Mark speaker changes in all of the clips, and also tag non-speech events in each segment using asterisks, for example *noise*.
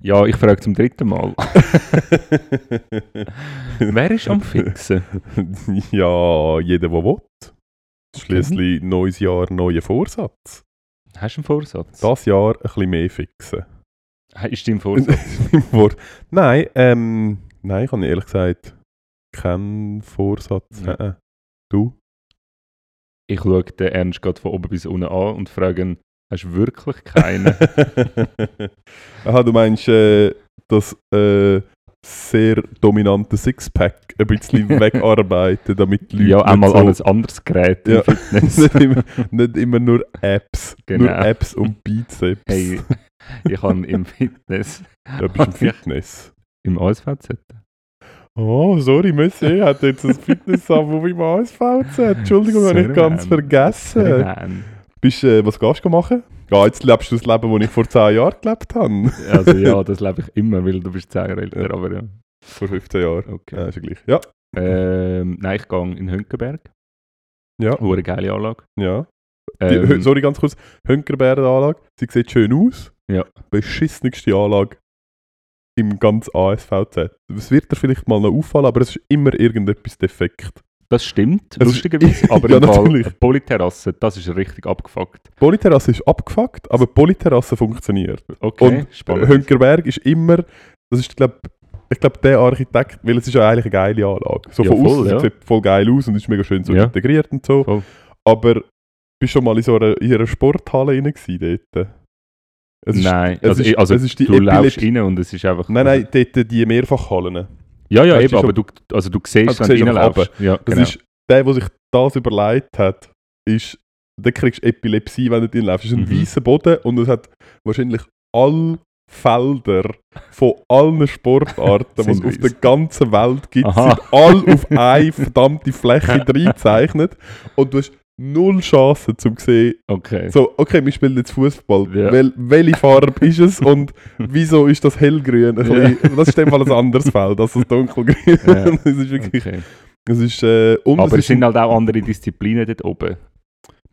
Speaker 1: Ja, ich frage zum dritten
Speaker 2: *laughs*
Speaker 1: Mal. Wer ist am Fixen?
Speaker 2: *laughs* ja, jeder, der will. Schließlich
Speaker 1: Mhm.
Speaker 2: neues Jahr, neuer Vorsatz.
Speaker 1: Hast du einen Vorsatz?
Speaker 2: Das Jahr ein bisschen mehr fixen. *laughs*
Speaker 1: Ha- Ist dein Vorsatz?
Speaker 2: Vor- nein, ähm, nein, ich habe ehrlich gesagt keinen Vorsatz.
Speaker 1: Ja.
Speaker 2: Äh, äh. Du?
Speaker 1: Ich schaue den Ernst gerade von oben bis unten an und frage ihn, hast du wirklich keinen?
Speaker 2: *laughs* Aha, du meinst, äh, das äh, sehr dominante Sixpack
Speaker 1: *laughs*
Speaker 2: ein bisschen wegarbeiten, damit die Leute
Speaker 1: ja, einmal
Speaker 2: nicht, so,
Speaker 1: an ein anderes Gerät im
Speaker 2: Ja.
Speaker 1: Fitness.
Speaker 2: *laughs* nicht, immer, nicht immer nur Apps, nur
Speaker 1: Genau.
Speaker 2: Apps und Bizeps.
Speaker 1: hey, ich habe im Fitness,
Speaker 2: Du bist im Fitness.
Speaker 1: im ASVZ,
Speaker 2: Oh, sorry, Messi, ich hatte jetzt ein Fitness-Abo beim ASVZ. Entschuldigung, habe ich
Speaker 1: Sehr
Speaker 2: ganz
Speaker 1: gerne.
Speaker 2: vergessen.
Speaker 1: Nein.
Speaker 2: Bist, äh, was gehst du machen? Ja, jetzt lebst du das Leben, das ich vor 10 Jahren gelebt habe. *laughs*
Speaker 1: Also ja, das lebe ich immer, weil du bist 10 Jahre älter,
Speaker 2: Ja.
Speaker 1: aber ja.
Speaker 2: Vor 15 Jahren.
Speaker 1: Okay.
Speaker 2: Ja, ist ja gleich. Ja,
Speaker 1: Ähm, nein, ich gehe in Hünkenberg.
Speaker 2: Ja.
Speaker 1: Hure geile Anlage.
Speaker 2: ja. Die,
Speaker 1: Ähm,
Speaker 2: sorry, ganz kurz. Hönkerbeerenanlage, sie sieht schön aus.
Speaker 1: Ja.
Speaker 2: Beschissenigste Anlage im ganzen ASVZ. Es wird dir vielleicht mal noch auffallen, aber es ist immer irgendetwas defekt.
Speaker 1: Das stimmt,
Speaker 2: Es-
Speaker 1: lustigerweise, aber
Speaker 2: Also, *laughs* Ja,
Speaker 1: im Fall
Speaker 2: natürlich.
Speaker 1: eine Polyterrasse, das ist richtig abgefuckt.
Speaker 2: Die Polyterrasse ist abgefuckt, aber die Polyterrasse funktioniert.
Speaker 1: Okay,
Speaker 2: Und äh,
Speaker 1: spannend.
Speaker 2: Hönkerberg ist immer, das ist, glaube ich glaube, der Architekt, weil es ist ja eigentlich eine geile Anlage. So
Speaker 1: Ja,
Speaker 2: von
Speaker 1: voll,
Speaker 2: außen
Speaker 1: ja.
Speaker 2: sieht voll geil aus und ist mega schön so
Speaker 1: Ja.
Speaker 2: integriert und so.
Speaker 1: Voll.
Speaker 2: Aber bist schon mal in so einer, in einer Sporthalle rein gewesen, dort? Es ist-
Speaker 1: Nein,
Speaker 2: es
Speaker 1: also,
Speaker 2: ist-
Speaker 1: ich- also
Speaker 2: es ist die
Speaker 1: du läufst
Speaker 2: Epilepsie-
Speaker 1: rein und es ist einfach...
Speaker 2: Nein, nein, dort die Mehrfachhallen.
Speaker 1: Ja, ja,
Speaker 2: Weißt du
Speaker 1: eben,
Speaker 2: schon-
Speaker 1: aber du, also du siehst,
Speaker 2: Also du
Speaker 1: wenn
Speaker 2: siehst
Speaker 1: du
Speaker 2: einfach
Speaker 1: reinläufst. Ja,
Speaker 2: Das
Speaker 1: genau.
Speaker 2: ist, der, der sich das überlegt hat, ist, der kriegst Epilepsie, wenn du drin läufst. Es ist ein
Speaker 1: Mhm.
Speaker 2: weißer Boden und es hat wahrscheinlich alle Felder von
Speaker 1: *laughs*
Speaker 2: allen Sportarten, die es
Speaker 1: Sind
Speaker 2: auf
Speaker 1: weiss.
Speaker 2: der ganzen Welt gibt,
Speaker 1: Aha.
Speaker 2: sind alle auf eine
Speaker 1: *laughs*
Speaker 2: verdammte Fläche reingezeichnet und du hast null Chancen, um zu sehen,
Speaker 1: Okay.
Speaker 2: so, okay, wir spielen jetzt Fußball.
Speaker 1: Ja.
Speaker 2: Wel
Speaker 1: *laughs*
Speaker 2: welche Farbe ist es und wieso ist das hellgrün? Ein
Speaker 1: Ja.
Speaker 2: bisschen- Das ist in dem Fall ein anderes Feld als
Speaker 1: *laughs*
Speaker 2: das dunkelgrün.
Speaker 1: Ja.
Speaker 2: *laughs* Das ist wirklich.
Speaker 1: okay.
Speaker 2: Das ist, äh, und
Speaker 1: Aber es
Speaker 2: es ist,
Speaker 1: sind halt auch andere Disziplinen dort oben.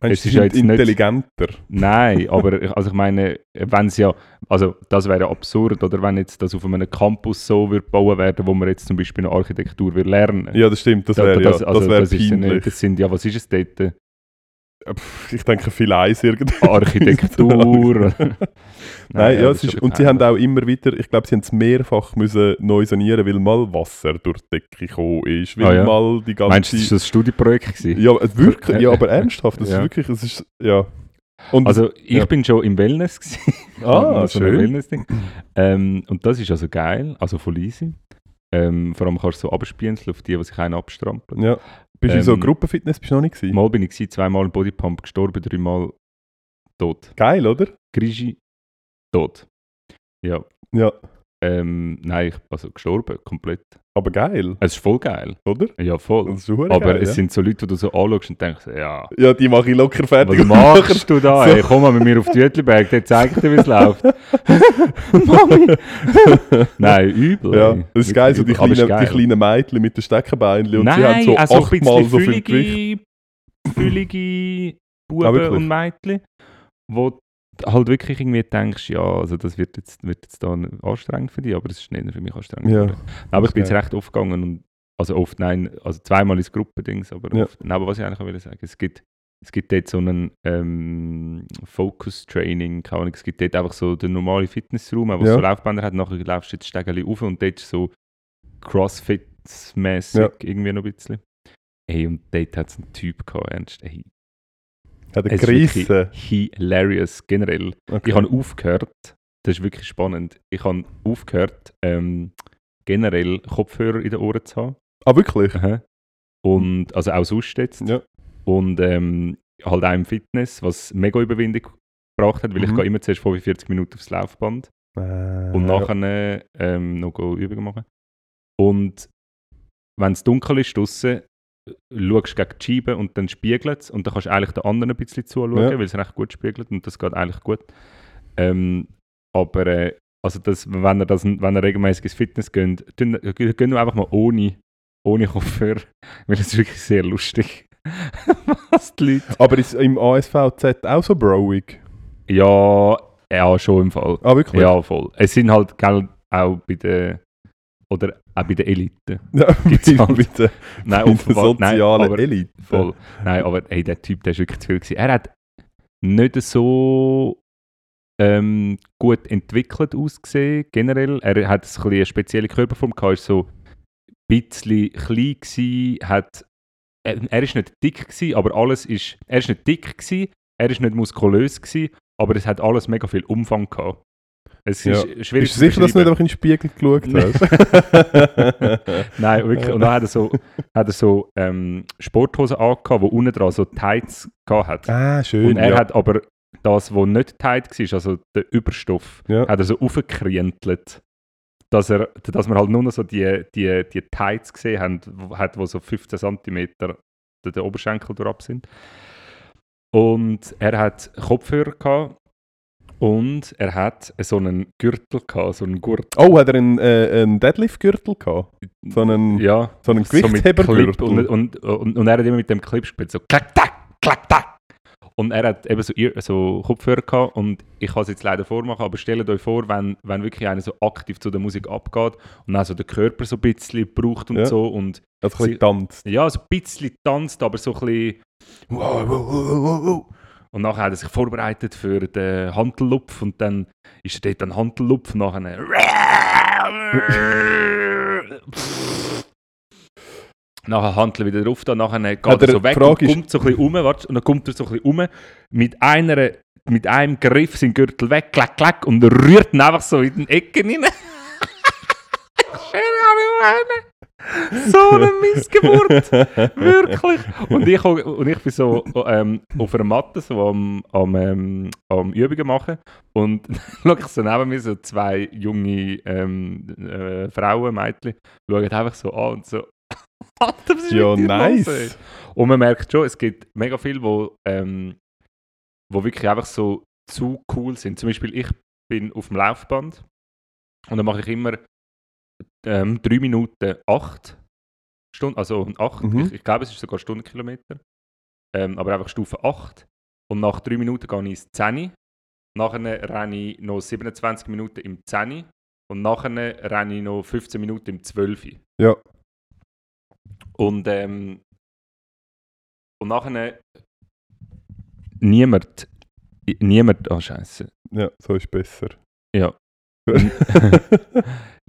Speaker 1: es
Speaker 2: meinst, du,
Speaker 1: ist
Speaker 2: sie
Speaker 1: ja
Speaker 2: sind
Speaker 1: jetzt nicht-
Speaker 2: intelligenter.
Speaker 1: Nein, *laughs* aber ich- also ich meine, wenn es ja, also das wäre absurd, oder wenn jetzt das auf einem Campus so wird bauen werden, wo man jetzt zum Beispiel eine Architektur wird lernen.
Speaker 2: Ja, das stimmt. Das
Speaker 1: Da-
Speaker 2: wäre ja,
Speaker 1: das-
Speaker 2: das
Speaker 1: also
Speaker 2: wär
Speaker 1: das ist ja
Speaker 2: peinlich.
Speaker 1: nicht, das sind ja, was ist es dort?
Speaker 2: Pff, Ich denke, viel Eis irgendwie.
Speaker 1: Architektur.
Speaker 2: *laughs*
Speaker 1: *laughs* Nein,
Speaker 2: Nein, ja,
Speaker 1: das
Speaker 2: es ist,
Speaker 1: schon
Speaker 2: und sie haben
Speaker 1: peinlich.
Speaker 2: auch immer wieder, ich glaube, sie haben es mehrfach müssen neu sanieren, weil mal Wasser durch die Decke gekommen ist, weil
Speaker 1: Ah, ja.
Speaker 2: mal die ganze...
Speaker 1: Meinst du, das war ein Studienprojekt? Gewesen?
Speaker 2: ja, es wirklich, ja, aber ernsthaft, das
Speaker 1: Ja.
Speaker 2: ist wirklich, es ist, ja. Und
Speaker 1: Also ich
Speaker 2: Ja.
Speaker 1: bin schon im Wellness gewesen.
Speaker 2: Ah,
Speaker 1: so einem
Speaker 2: schön.
Speaker 1: Wellness-Ding. Ähm, und das ist also geil, also voll easy. Ähm, vor allem kannst du so abspielen auf die, die sich einen abstrampeln.
Speaker 2: Ja. Bist du in so
Speaker 1: Ähm,
Speaker 2: Gruppenfitness bist du noch nicht gewesen?
Speaker 1: Mal bin ich gewesen, zweimal im Bodypump gestorben, dreimal tot.
Speaker 2: Geil, oder?
Speaker 1: Grigi, tot. Ja.
Speaker 2: Ja.
Speaker 1: Ähm, nein, ich, also gestorben, komplett.
Speaker 2: Aber geil,
Speaker 1: Es ist voll geil.
Speaker 2: oder?
Speaker 1: Ja, voll.
Speaker 2: Das ist verdammt
Speaker 1: Aber
Speaker 2: geil,
Speaker 1: es
Speaker 2: ja?
Speaker 1: sind so Leute, die du so anschaust und denkst, ja,
Speaker 2: ja, die mache ich locker fertig.
Speaker 1: was
Speaker 2: *laughs*
Speaker 1: machst du da?
Speaker 2: So.
Speaker 1: Ey, komm mal mit mir auf die Jütliberg, dann zeig ich dir, wie es läuft.
Speaker 2: *laughs* Mami!
Speaker 1: *laughs* Nein, übel.
Speaker 2: ja,
Speaker 1: ey.
Speaker 2: das ist
Speaker 1: Wirklich
Speaker 2: geil, so die
Speaker 1: übel. Aber
Speaker 2: kleinen,
Speaker 1: es ist
Speaker 2: die
Speaker 1: geil.
Speaker 2: kleinen Mädchen mit den Steckenbeinchen und sie haben
Speaker 1: Nein,
Speaker 2: so
Speaker 1: also ein
Speaker 2: achtmal
Speaker 1: bisschen
Speaker 2: so viel Gewicht.
Speaker 1: füllige, füllige
Speaker 2: Ah,
Speaker 1: Buben
Speaker 2: wirklich?
Speaker 1: und Mädchen, wo du halt wirklich irgendwie denkst, ja, also das wird jetzt, wird jetzt da anstrengend für dich, aber es ist nicht für mich anstrengend.
Speaker 2: Ja.
Speaker 1: geworden. aber ich bin jetzt
Speaker 2: geil.
Speaker 1: recht aufgegangen und also oft, nein, also zweimal ins Gruppendings, aber
Speaker 2: Ja.
Speaker 1: oft. Nein, aber was ich eigentlich auch will sagen, es gibt, es gibt dort so einen ähm, Focus-Training, keine Ahnung, es gibt dort einfach so den normalen Fitnessraum, wo es
Speaker 2: Ja.
Speaker 1: so Laufbänder hat, nachher laufst du jetzt Stegeli rauf und dort ist so Crossfit-mäßig
Speaker 2: Ja.
Speaker 1: irgendwie noch ein bisschen. Ey, und dort hat es einen Typ gehabt, ernst. Ey,
Speaker 2: Hat er
Speaker 1: es ist wirklich
Speaker 2: gerissen.
Speaker 1: hilarious, generell.
Speaker 2: Okay.
Speaker 1: Ich habe aufgehört, das ist wirklich spannend, ich habe aufgehört, ähm, generell Kopfhörer in den Ohren zu haben.
Speaker 2: Ah, wirklich?
Speaker 1: Aha. Und, also auch sonst jetzt.
Speaker 2: Ja.
Speaker 1: Und ähm, halt auch im Fitness, was mega Überwindung gebracht hat, weil ich
Speaker 2: Mhm.
Speaker 1: gehe immer zuerst 45 Minuten aufs Laufband
Speaker 2: Äh,
Speaker 1: und nachher ähm, noch go Übungen machen. Und wenn es dunkel ist draussen, schaust du gegen die Scheibe und dann spiegelt es und dann kannst du eigentlich den anderen ein bisschen zuschauen,
Speaker 2: Ja.
Speaker 1: weil es recht gut spiegelt und das geht eigentlich gut. Ähm, aber äh, also das, wenn ihr, das, wenn ihr regelmäßig ins Fitness geht, geht nur einfach mal ohne, ohne Kopfhörer, *laughs* weil es ist wirklich sehr lustig. *laughs* Was die Leute...
Speaker 2: Aber ist im ASVZ auch so browig?
Speaker 1: Ja, Ja, schon im Fall.
Speaker 2: Ah, wirklich?
Speaker 1: Ja, voll. Es sind halt, gell, auch bei der, oder auch bei der Elite.
Speaker 2: *laughs* ja
Speaker 1: Gibt's
Speaker 2: mit,
Speaker 1: halt-
Speaker 2: mit der, *laughs*
Speaker 1: Nein,
Speaker 2: mit der
Speaker 1: offenbar, nein,
Speaker 2: sozialen
Speaker 1: aber,
Speaker 2: Elite.
Speaker 1: voll. Nein, aber hey, der Typ, der ist wirklich zu viel gewesen. Er hat nicht so ähm, gut entwickelt ausgesehen, generell. Er hat ein bisschen eine spezielle Körperform gehabt, ist so ein bisschen klein gewesen, hat, äh, er ist nicht dick gewesen, aber alles ist, er ist nicht dick gewesen, er ist nicht muskulös gewesen, aber es hat alles mega viel Umfang gehabt. Es
Speaker 2: Ja.
Speaker 1: ist schwierig
Speaker 2: Bist
Speaker 1: zu
Speaker 2: du sicher, dass
Speaker 1: beschreiben.
Speaker 2: du nicht einfach in den Spiegel geschaut
Speaker 1: Nein.
Speaker 2: hast?
Speaker 1: Nein, wirklich. Und dann hat er so, hat er so ähm, Sporthosen angehabt, die unten dran so Tights *laughs* gehabt hat.
Speaker 2: ah, schön.
Speaker 1: Und er
Speaker 2: ja.
Speaker 1: hat aber das, was nicht tight war, also der Überstoff,
Speaker 2: Ja.
Speaker 1: hat er so aufgekrientelt, dass, er, dass man halt nur noch so die, die, die Tights gesehen haben, wo- hat, die so 15 cm der, der Oberschenkel durchab sind. Und er hat Kopfhörer gehabt und er hat so einen Gürtel gehabt, so einen Gurt.
Speaker 2: Oh, hat er einen, äh, einen Deadlift-Gürtel gehabt? So einen,
Speaker 1: Ja.
Speaker 2: so einen
Speaker 1: so mit Clip
Speaker 2: Gewichthebergürtel?
Speaker 1: und, und, und, und er hat immer mit dem Clip gespielt, so klack, tack, klack, tack. Und er hat eben so, Ear- so Kopfhörer gehabt und ich kann es jetzt leider vormachen, aber stellt euch vor, wenn, wenn wirklich einer so aktiv zu der Musik abgeht und dann so den Körper so ein bisschen braucht und
Speaker 2: Ja.
Speaker 1: so und
Speaker 2: also ein bisschen
Speaker 1: Sie- *laughs*
Speaker 2: tanzt.
Speaker 1: ja, so ein bisschen tanzt, aber so ein bisschen wow, wow, wow, wow, wow. und nachher hat er sich vorbereitet für den Handellupf und dann ist er dort ein Handellupf und nachher nachher Handel wieder drauf, dann nachher geht
Speaker 2: Hat
Speaker 1: er
Speaker 2: er-
Speaker 1: so weg
Speaker 2: die Frage
Speaker 1: und
Speaker 2: ist-
Speaker 1: kommt so ein bisschen um, warte, und dann kommt er so ein bisschen um, mit, einer, mit einem Griff seinen Gürtel weg, klack, klack, und rührt ihn einfach so in den Ecken rein. Schön, aber ich meine, *laughs* so eine Missgeburt. Wirklich! Und ich, und ich bin so ähm, auf einer Matte so am, am, ähm, am Übungen machen und *laughs* dann schaue ich so neben mir so zwei junge ähm, äh, Frauen, Mädchen, schauen einfach so an und so *laughs* «Alter, was ist
Speaker 2: ja,
Speaker 1: mit dir los, ey?»
Speaker 2: nice.
Speaker 1: Und man merkt schon, es gibt mega viele, wo, ähm, wo wirklich einfach so zu cool sind. Zum Beispiel, ich bin auf dem Laufband und dann mache ich immer ähm, 3 Minuten 8 Stunden, also 8,
Speaker 2: Mhm.
Speaker 1: ich, ich glaube es ist sogar Stundenkilometer, ähm, aber einfach Stufe 8 und nach 3 Minuten gehe ich ins 10 nachher renne ich noch 27 Minuten im 10 und nachher renne ich noch 15 Minuten im 12
Speaker 2: Ja.
Speaker 1: Und, ähm, und nachher niemand, niemand, oh scheiße,
Speaker 2: Ja, so ist besser.
Speaker 1: Ja.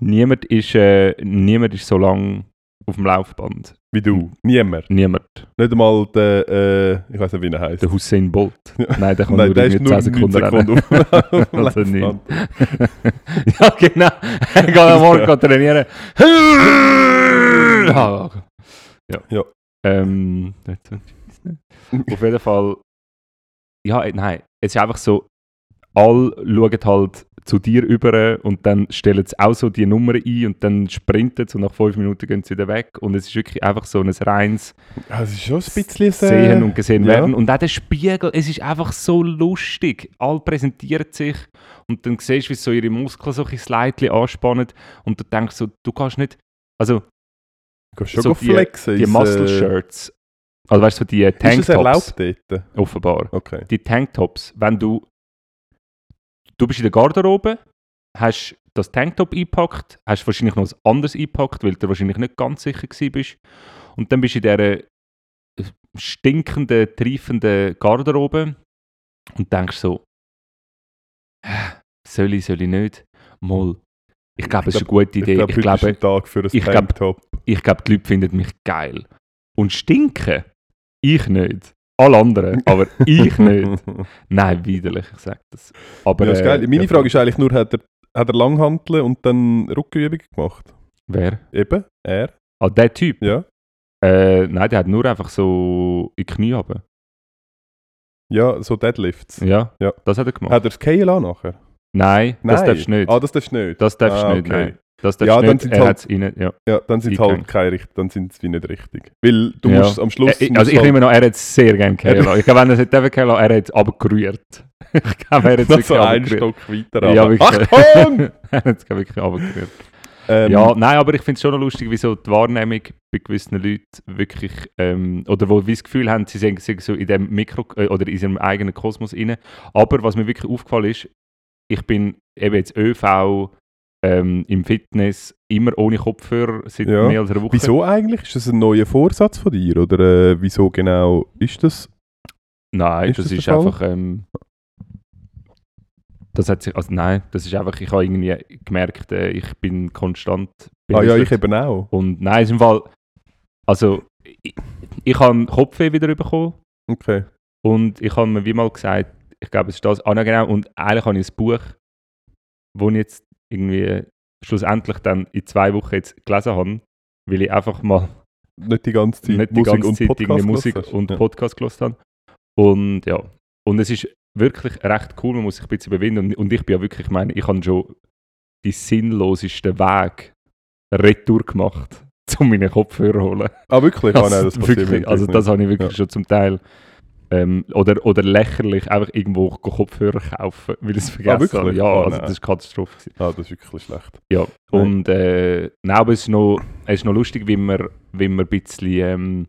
Speaker 1: niemand ist, äh, niemand ist so lang auf dem Laufband.
Speaker 2: *laughs* wie du. Niemand.
Speaker 1: Niemand.
Speaker 2: Nicht einmal der, äh, ich weiß nicht, wie er heißt.
Speaker 1: Der Hussein Bolt.
Speaker 2: *laughs* Ja.
Speaker 1: Nein, der kann
Speaker 2: Nein,
Speaker 1: nur
Speaker 2: der ist
Speaker 1: irgendwie
Speaker 2: nur
Speaker 1: 10 Sekunden rennen.
Speaker 2: Sekunden auf auf dem
Speaker 1: Also nicht.
Speaker 2: Laufband.
Speaker 1: *laughs* ja, nou, genau. *laughs* Er geht am
Speaker 2: *laughs*
Speaker 1: Morgen
Speaker 2: Ja.
Speaker 1: trainieren. ja.
Speaker 2: Ja.
Speaker 1: Ähm, jetzt- auf jeden Fall. Ja, äh, nein. Es ist einfach so, alle schauen halt zu dir über und dann stellen sie auch so die Nummer ein und dann sprinten sie und nach fünf Minuten gehen sie wieder weg. Und es ist wirklich einfach so ein reines
Speaker 2: Ja, also Es ist schon ein bisschen...
Speaker 1: Sehen und gesehen
Speaker 2: Äh, ja.
Speaker 1: werden. Und auch der Spiegel, es ist einfach so lustig. All präsentiert sich und dann siehst du, wie so ihre Muskeln so ein bisschen slightly anspannen und du denkst so, du kannst nicht, also
Speaker 2: Du kannst schon
Speaker 1: so
Speaker 2: so
Speaker 1: die-
Speaker 2: flexen.
Speaker 1: die
Speaker 2: ins, äh,
Speaker 1: Muscle-Shirts, also weißt du, so die
Speaker 2: Ist das
Speaker 1: Tanktops,
Speaker 2: erlaubt dort?
Speaker 1: offenbar.
Speaker 2: Okay.
Speaker 1: Die Tanktops, wenn du, du bist in der Garderobe, hast das Tanktop eingepackt, hast wahrscheinlich noch was anderes eingepackt, weil du dir wahrscheinlich nicht ganz sicher gewesen bist und dann bist du in dieser äh, stinkenden, triefenden Garderobe und denkst so, «Hä, soll ich, soll ich nicht? Mal. Ich glaube, es ist eine gute
Speaker 2: Ich
Speaker 1: Idee.
Speaker 2: glaube,
Speaker 1: Ich
Speaker 2: heute ist
Speaker 1: glaube,
Speaker 2: ein Tag für ein
Speaker 1: ich glaub-
Speaker 2: Tanktop.
Speaker 1: ich glaube, die Leute finden mich geil. Und stinken? Ich nicht. Alle anderen, aber
Speaker 2: *laughs*
Speaker 1: ich nicht. Nein, widerlich, ich sage das. Aber,
Speaker 2: ja, ist geil.
Speaker 1: äh,
Speaker 2: Meine
Speaker 1: ja,
Speaker 2: Frage ist eigentlich nur, hat er, hat er Langhanteln und dann Rückenübungen gemacht?
Speaker 1: Wer?
Speaker 2: Eben, er,
Speaker 1: Ah, der Typ?
Speaker 2: ja.
Speaker 1: Äh, nein, der hat nur einfach so in die Knie runter.
Speaker 2: Ja, so Deadlifts.
Speaker 1: Ja,
Speaker 2: Ja.
Speaker 1: das hat er gemacht.
Speaker 2: Hat er das KLA nachher?
Speaker 1: Nein, das darfst du nicht.
Speaker 2: Ah, das darfst du nicht.
Speaker 1: Das darfst du
Speaker 2: Ah,
Speaker 1: nicht,
Speaker 2: okay.
Speaker 1: nein. Das darfst
Speaker 2: Ja,
Speaker 1: du
Speaker 2: dann
Speaker 1: nicht.
Speaker 2: sind
Speaker 1: Er
Speaker 2: halt-
Speaker 1: hat es ihnen, ja.
Speaker 2: Ja, dann sind es
Speaker 1: Eingänge.
Speaker 2: halt keine richtig, dann sind es wie nicht richtig. Weil du
Speaker 1: Ja.
Speaker 2: musst am Schluss...
Speaker 1: Äh,
Speaker 2: musst
Speaker 1: also ich
Speaker 2: halt-
Speaker 1: nehme noch, er hat es sehr gerne gehalten. Ich glaube, wenn er es hätte dürfen gehalten, er hat es abgerührt. *laughs* Ich glaube,
Speaker 2: *laughs*
Speaker 1: er hat es
Speaker 2: noch so
Speaker 1: wirklich
Speaker 2: einen
Speaker 1: abgerührt.
Speaker 2: Stock weiter
Speaker 1: Ja,
Speaker 2: runter.
Speaker 1: wirklich.
Speaker 2: Achtung!
Speaker 1: *laughs* er hat es glaub ich, wirklich abgerührt.
Speaker 2: Ähm,
Speaker 1: Ja, nein, aber ich finde es schon noch lustig, wie so die Wahrnehmung bei gewissen Leuten wirklich, ähm, oder wo wir das Gefühl haben, sie sind, sind so in dem Mikro, äh, oder in ihrem eigenen Kosmos inne. Aber was mir wirklich aufgefallen ist, ich bin eben jetzt ÖV, ähm, im Fitness, immer ohne Kopfhörer seit
Speaker 2: Ja.
Speaker 1: mehr als einer Woche.
Speaker 2: Wieso eigentlich? Ist das ein neuer Vorsatz von dir? Oder äh, wieso genau ist das?
Speaker 1: Nein,
Speaker 2: Ist
Speaker 1: das,
Speaker 2: das der
Speaker 1: ist
Speaker 2: Fall?
Speaker 1: einfach. Ähm, das hat sich, also nein, das ist einfach, ich habe irgendwie gemerkt, äh, ich bin konstant
Speaker 2: Ah ja, ich
Speaker 1: benebelt.
Speaker 2: eben auch.
Speaker 1: Und nein, ist im Fall, also ich, ich habe Kopfweh wieder bekommen
Speaker 2: Okay.
Speaker 1: und ich habe mir wie mal gesagt, ich glaube, es ist das, ah nein, genau, und eigentlich habe ich ein Buch, das ich jetzt irgendwie schlussendlich dann in zwei Wochen jetzt gelesen habe, weil ich einfach
Speaker 2: *laughs*
Speaker 1: mal
Speaker 2: Nicht die ganze Zeit
Speaker 1: nicht die
Speaker 2: Musik
Speaker 1: ganze
Speaker 2: und
Speaker 1: Zeit irgendeine
Speaker 2: Podcast
Speaker 1: Musik
Speaker 2: gehört hast.
Speaker 1: und
Speaker 2: ja.
Speaker 1: Podcast gelost habe. Und ja, und es ist wirklich recht cool, man muss sich ein bisschen überwinden. Und, und ich bin ja wirklich, ich meine, ich habe schon die sinnlosesten Weg retour gemacht, *laughs* um meine Kopfhörer zu holen.
Speaker 2: Ah, wirklich? ah, nein, das passiert mir
Speaker 1: wirklich, also
Speaker 2: natürlich
Speaker 1: das
Speaker 2: nicht.
Speaker 1: habe ich wirklich
Speaker 2: Ja.
Speaker 1: schon zum Teil ähm, oder, oder lächerlich einfach irgendwo Kopfhörer kaufen, weil ich es vergessen habe.
Speaker 2: wirklich?
Speaker 1: Ja,
Speaker 2: Ah,
Speaker 1: also
Speaker 2: nein.
Speaker 1: das ist Katastrophe. gewesen.
Speaker 2: Ah, das ist wirklich schlecht.
Speaker 1: Ja,
Speaker 2: Nein.
Speaker 1: und äh, nein, aber es ist noch, es ist noch lustig, wie man, wie man ein bisschen, ähm,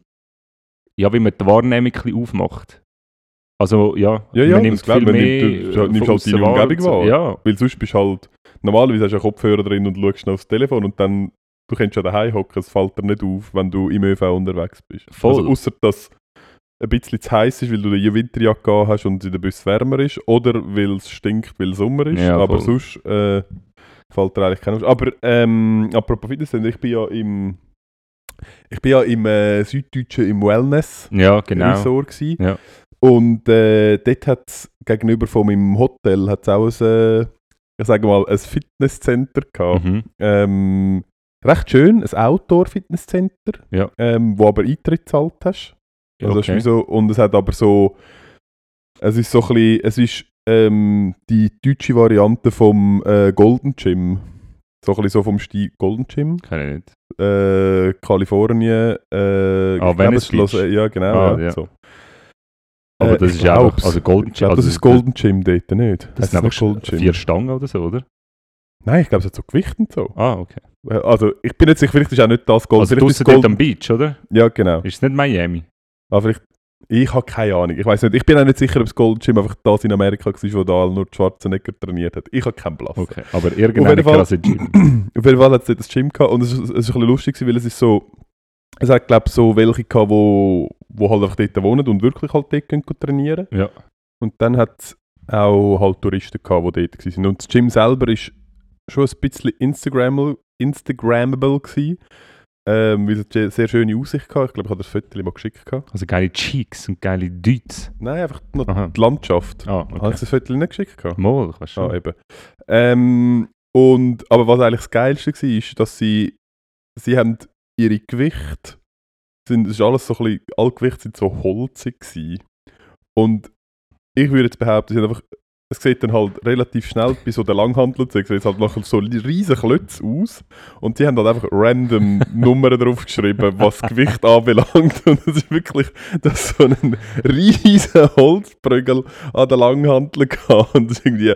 Speaker 1: ja, wie man die Wahrnehmung ein bisschen aufmacht. Also, ja,
Speaker 2: Ja, ja,
Speaker 1: man
Speaker 2: das glaub ich, man
Speaker 1: mehr
Speaker 2: nimmt- du- du
Speaker 1: von
Speaker 2: nimmst halt die
Speaker 1: aussen wahr
Speaker 2: Umgebung
Speaker 1: und so.
Speaker 2: wahr.
Speaker 1: Ja,
Speaker 2: Weil sonst bist du halt, normalerweise hast du einen Kopfhörer drin und schaust noch aufs Telefon und dann, du kannst ja daheim hocken, es fällt dir nicht auf, wenn du im ÖV unterwegs bist.
Speaker 1: Voll.
Speaker 2: Also außer dass ein bisschen zu heiß ist, weil du eine Winterjacke an hast und in der Bus wärmer ist, oder weil es stinkt, weil Sommer ist,
Speaker 1: Ja,
Speaker 2: aber
Speaker 1: voll.
Speaker 2: sonst äh, fällt dir eigentlich keine Auf. Aber ähm, apropos Fitness, ich bin ja im, ich bin ja im äh, Süddeutschen im Wellness
Speaker 1: ja, genau.
Speaker 2: Resort gsi.
Speaker 1: Ja.
Speaker 2: Und äh, dort hat es gegenüber von meinem Hotel hat's auch ein, äh, ich sage mal, ein Fitnesscenter gehabt.
Speaker 1: Mhm.
Speaker 2: Ähm, recht schön, ein Outdoor-Fitnesscenter,
Speaker 1: Ja.
Speaker 2: ähm, wo aber Eintritt zahlt hast. Also es ist wie so, und es hat aber so, es ist so ein bisschen, es ist ähm, die deutsche Variante vom äh, Golden Gym. So ein bisschen so vom Stil Golden Gym.
Speaker 1: Kann ich nicht.
Speaker 2: Äh, Kalifornien, äh,
Speaker 1: Ah,
Speaker 2: ich glaube,
Speaker 1: Venice
Speaker 2: es schloss-
Speaker 1: Beach.
Speaker 2: Ja, genau.
Speaker 1: Ah,
Speaker 2: ja,
Speaker 1: ja.
Speaker 2: So.
Speaker 1: Aber
Speaker 2: Äh,
Speaker 1: das
Speaker 2: ich
Speaker 1: ist ja einfach-
Speaker 2: glaub's.
Speaker 1: also Golden
Speaker 2: Ich glaub,
Speaker 1: Gym-
Speaker 2: das
Speaker 1: also
Speaker 2: ist Golden Gym dort nicht.
Speaker 1: Das
Speaker 2: Heisst
Speaker 1: sind
Speaker 2: nicht Golden
Speaker 1: einfach
Speaker 2: Gym.
Speaker 1: vier Stangen oder so, oder?
Speaker 2: Nein, ich glaube, es hat so Gewicht und so.
Speaker 1: Ah, okay.
Speaker 2: Äh, Also, ich bin jetzt sicher, vielleicht ist auch nicht das Golden
Speaker 1: Also
Speaker 2: vielleicht
Speaker 1: draussen
Speaker 2: ist
Speaker 1: dort
Speaker 2: Golden-
Speaker 1: am Beach, oder?
Speaker 2: Ja, genau.
Speaker 1: Ist es nicht Miami?
Speaker 2: Aber ich, ich habe keine Ahnung. Ich weiß nicht. Ich bin auch nicht sicher, ob das Golden Gym einfach das in Amerika war, wo da nur Schwarzenegger trainiert hat. Ich habe keinen Blass.
Speaker 1: Okay. Aber irgendein
Speaker 2: jeden Fall-
Speaker 1: krasser Gym.
Speaker 2: Auf jeden Fall hat es dort ein Gym gehabt und es war ein bisschen lustig, gewesen, weil es ist so, es hat glaube ich so welche gehabt, wo, wo halt einfach dort wohnen und wirklich halt dort gehen trainieren.
Speaker 1: Ja.
Speaker 2: Und dann hat es auch halt Touristen gehabt, die dort waren. Und das Gym selber ist schon ein bisschen Instagrammable, Instagrammable gewesen, ähm, weil es eine sehr schöne Aussicht hatte. Ich glaube, ich habe das Foto mal geschickt. Gehabt.
Speaker 1: Also geile Cheeks und geile Deuts.
Speaker 2: Nein, einfach noch
Speaker 1: Aha.
Speaker 2: die Landschaft.
Speaker 1: Ah,
Speaker 2: Habe
Speaker 1: okay.
Speaker 2: ich das Foto nicht geschickt? Gehabt?
Speaker 1: Mal, ich weiß schon.
Speaker 2: Also- Ah, eben. Ähm, und, aber was eigentlich das Geilste war, ist, dass sie, sie haben ihre Gewicht, sind, es ist alles so ein bisschen, alle Gewichte sind so holzig gewesen. Und ich würde jetzt behaupten, sie haben einfach, es sieht dann halt relativ schnell bei so den Langhanteln, sieht es halt nach so riesen Klötzen aus. Und die haben halt einfach random Nummern draufgeschrieben, was das Gewicht anbelangt. *laughs* Und es ist wirklich, dass so ein riesen Holzprügel an den Langhanteln gehabt. Und es ist irgendwie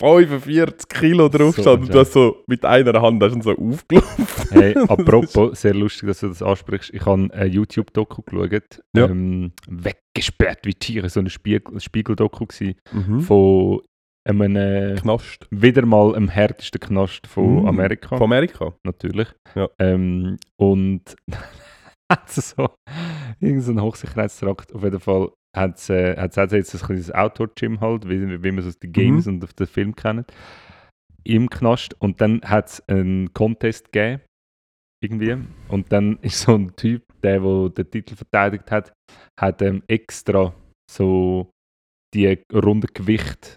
Speaker 2: 45 Kilo drauf
Speaker 1: So
Speaker 2: stand und
Speaker 1: ein
Speaker 2: du hast so mit einer Hand hast du ihn so aufgelaufen. *laughs*
Speaker 1: Hey, apropos, sehr lustig, dass du das ansprichst. Ich habe ein YouTube-Doku geschaut.
Speaker 2: Ja.
Speaker 1: Ähm, weggesperrt wie Tiere. So ein Spiegel- Spiegel-Doku gewesen
Speaker 2: Mhm.
Speaker 1: von einem, äh,
Speaker 2: Knast.
Speaker 1: wieder mal dem härtesten Knast von
Speaker 2: Mm.
Speaker 1: Amerika.
Speaker 2: Von Amerika.
Speaker 1: natürlich.
Speaker 2: Ja.
Speaker 1: Ähm, und *laughs* hat sie so irgendeinen Hochsicherheitstrakt. Auf jeden Fall hat sie, äh, hat sie jetzt ein kleines Outdoor-Gym halt, wie, wie man es aus
Speaker 2: Mhm.
Speaker 1: den Games und auf den Film kennt, im Knast. Und dann hat es einen Contest gegeben, irgendwie. Und dann *laughs* ist so ein Typ, der, der den Titel verteidigt hat, hat ähm, extra so die runde Gewicht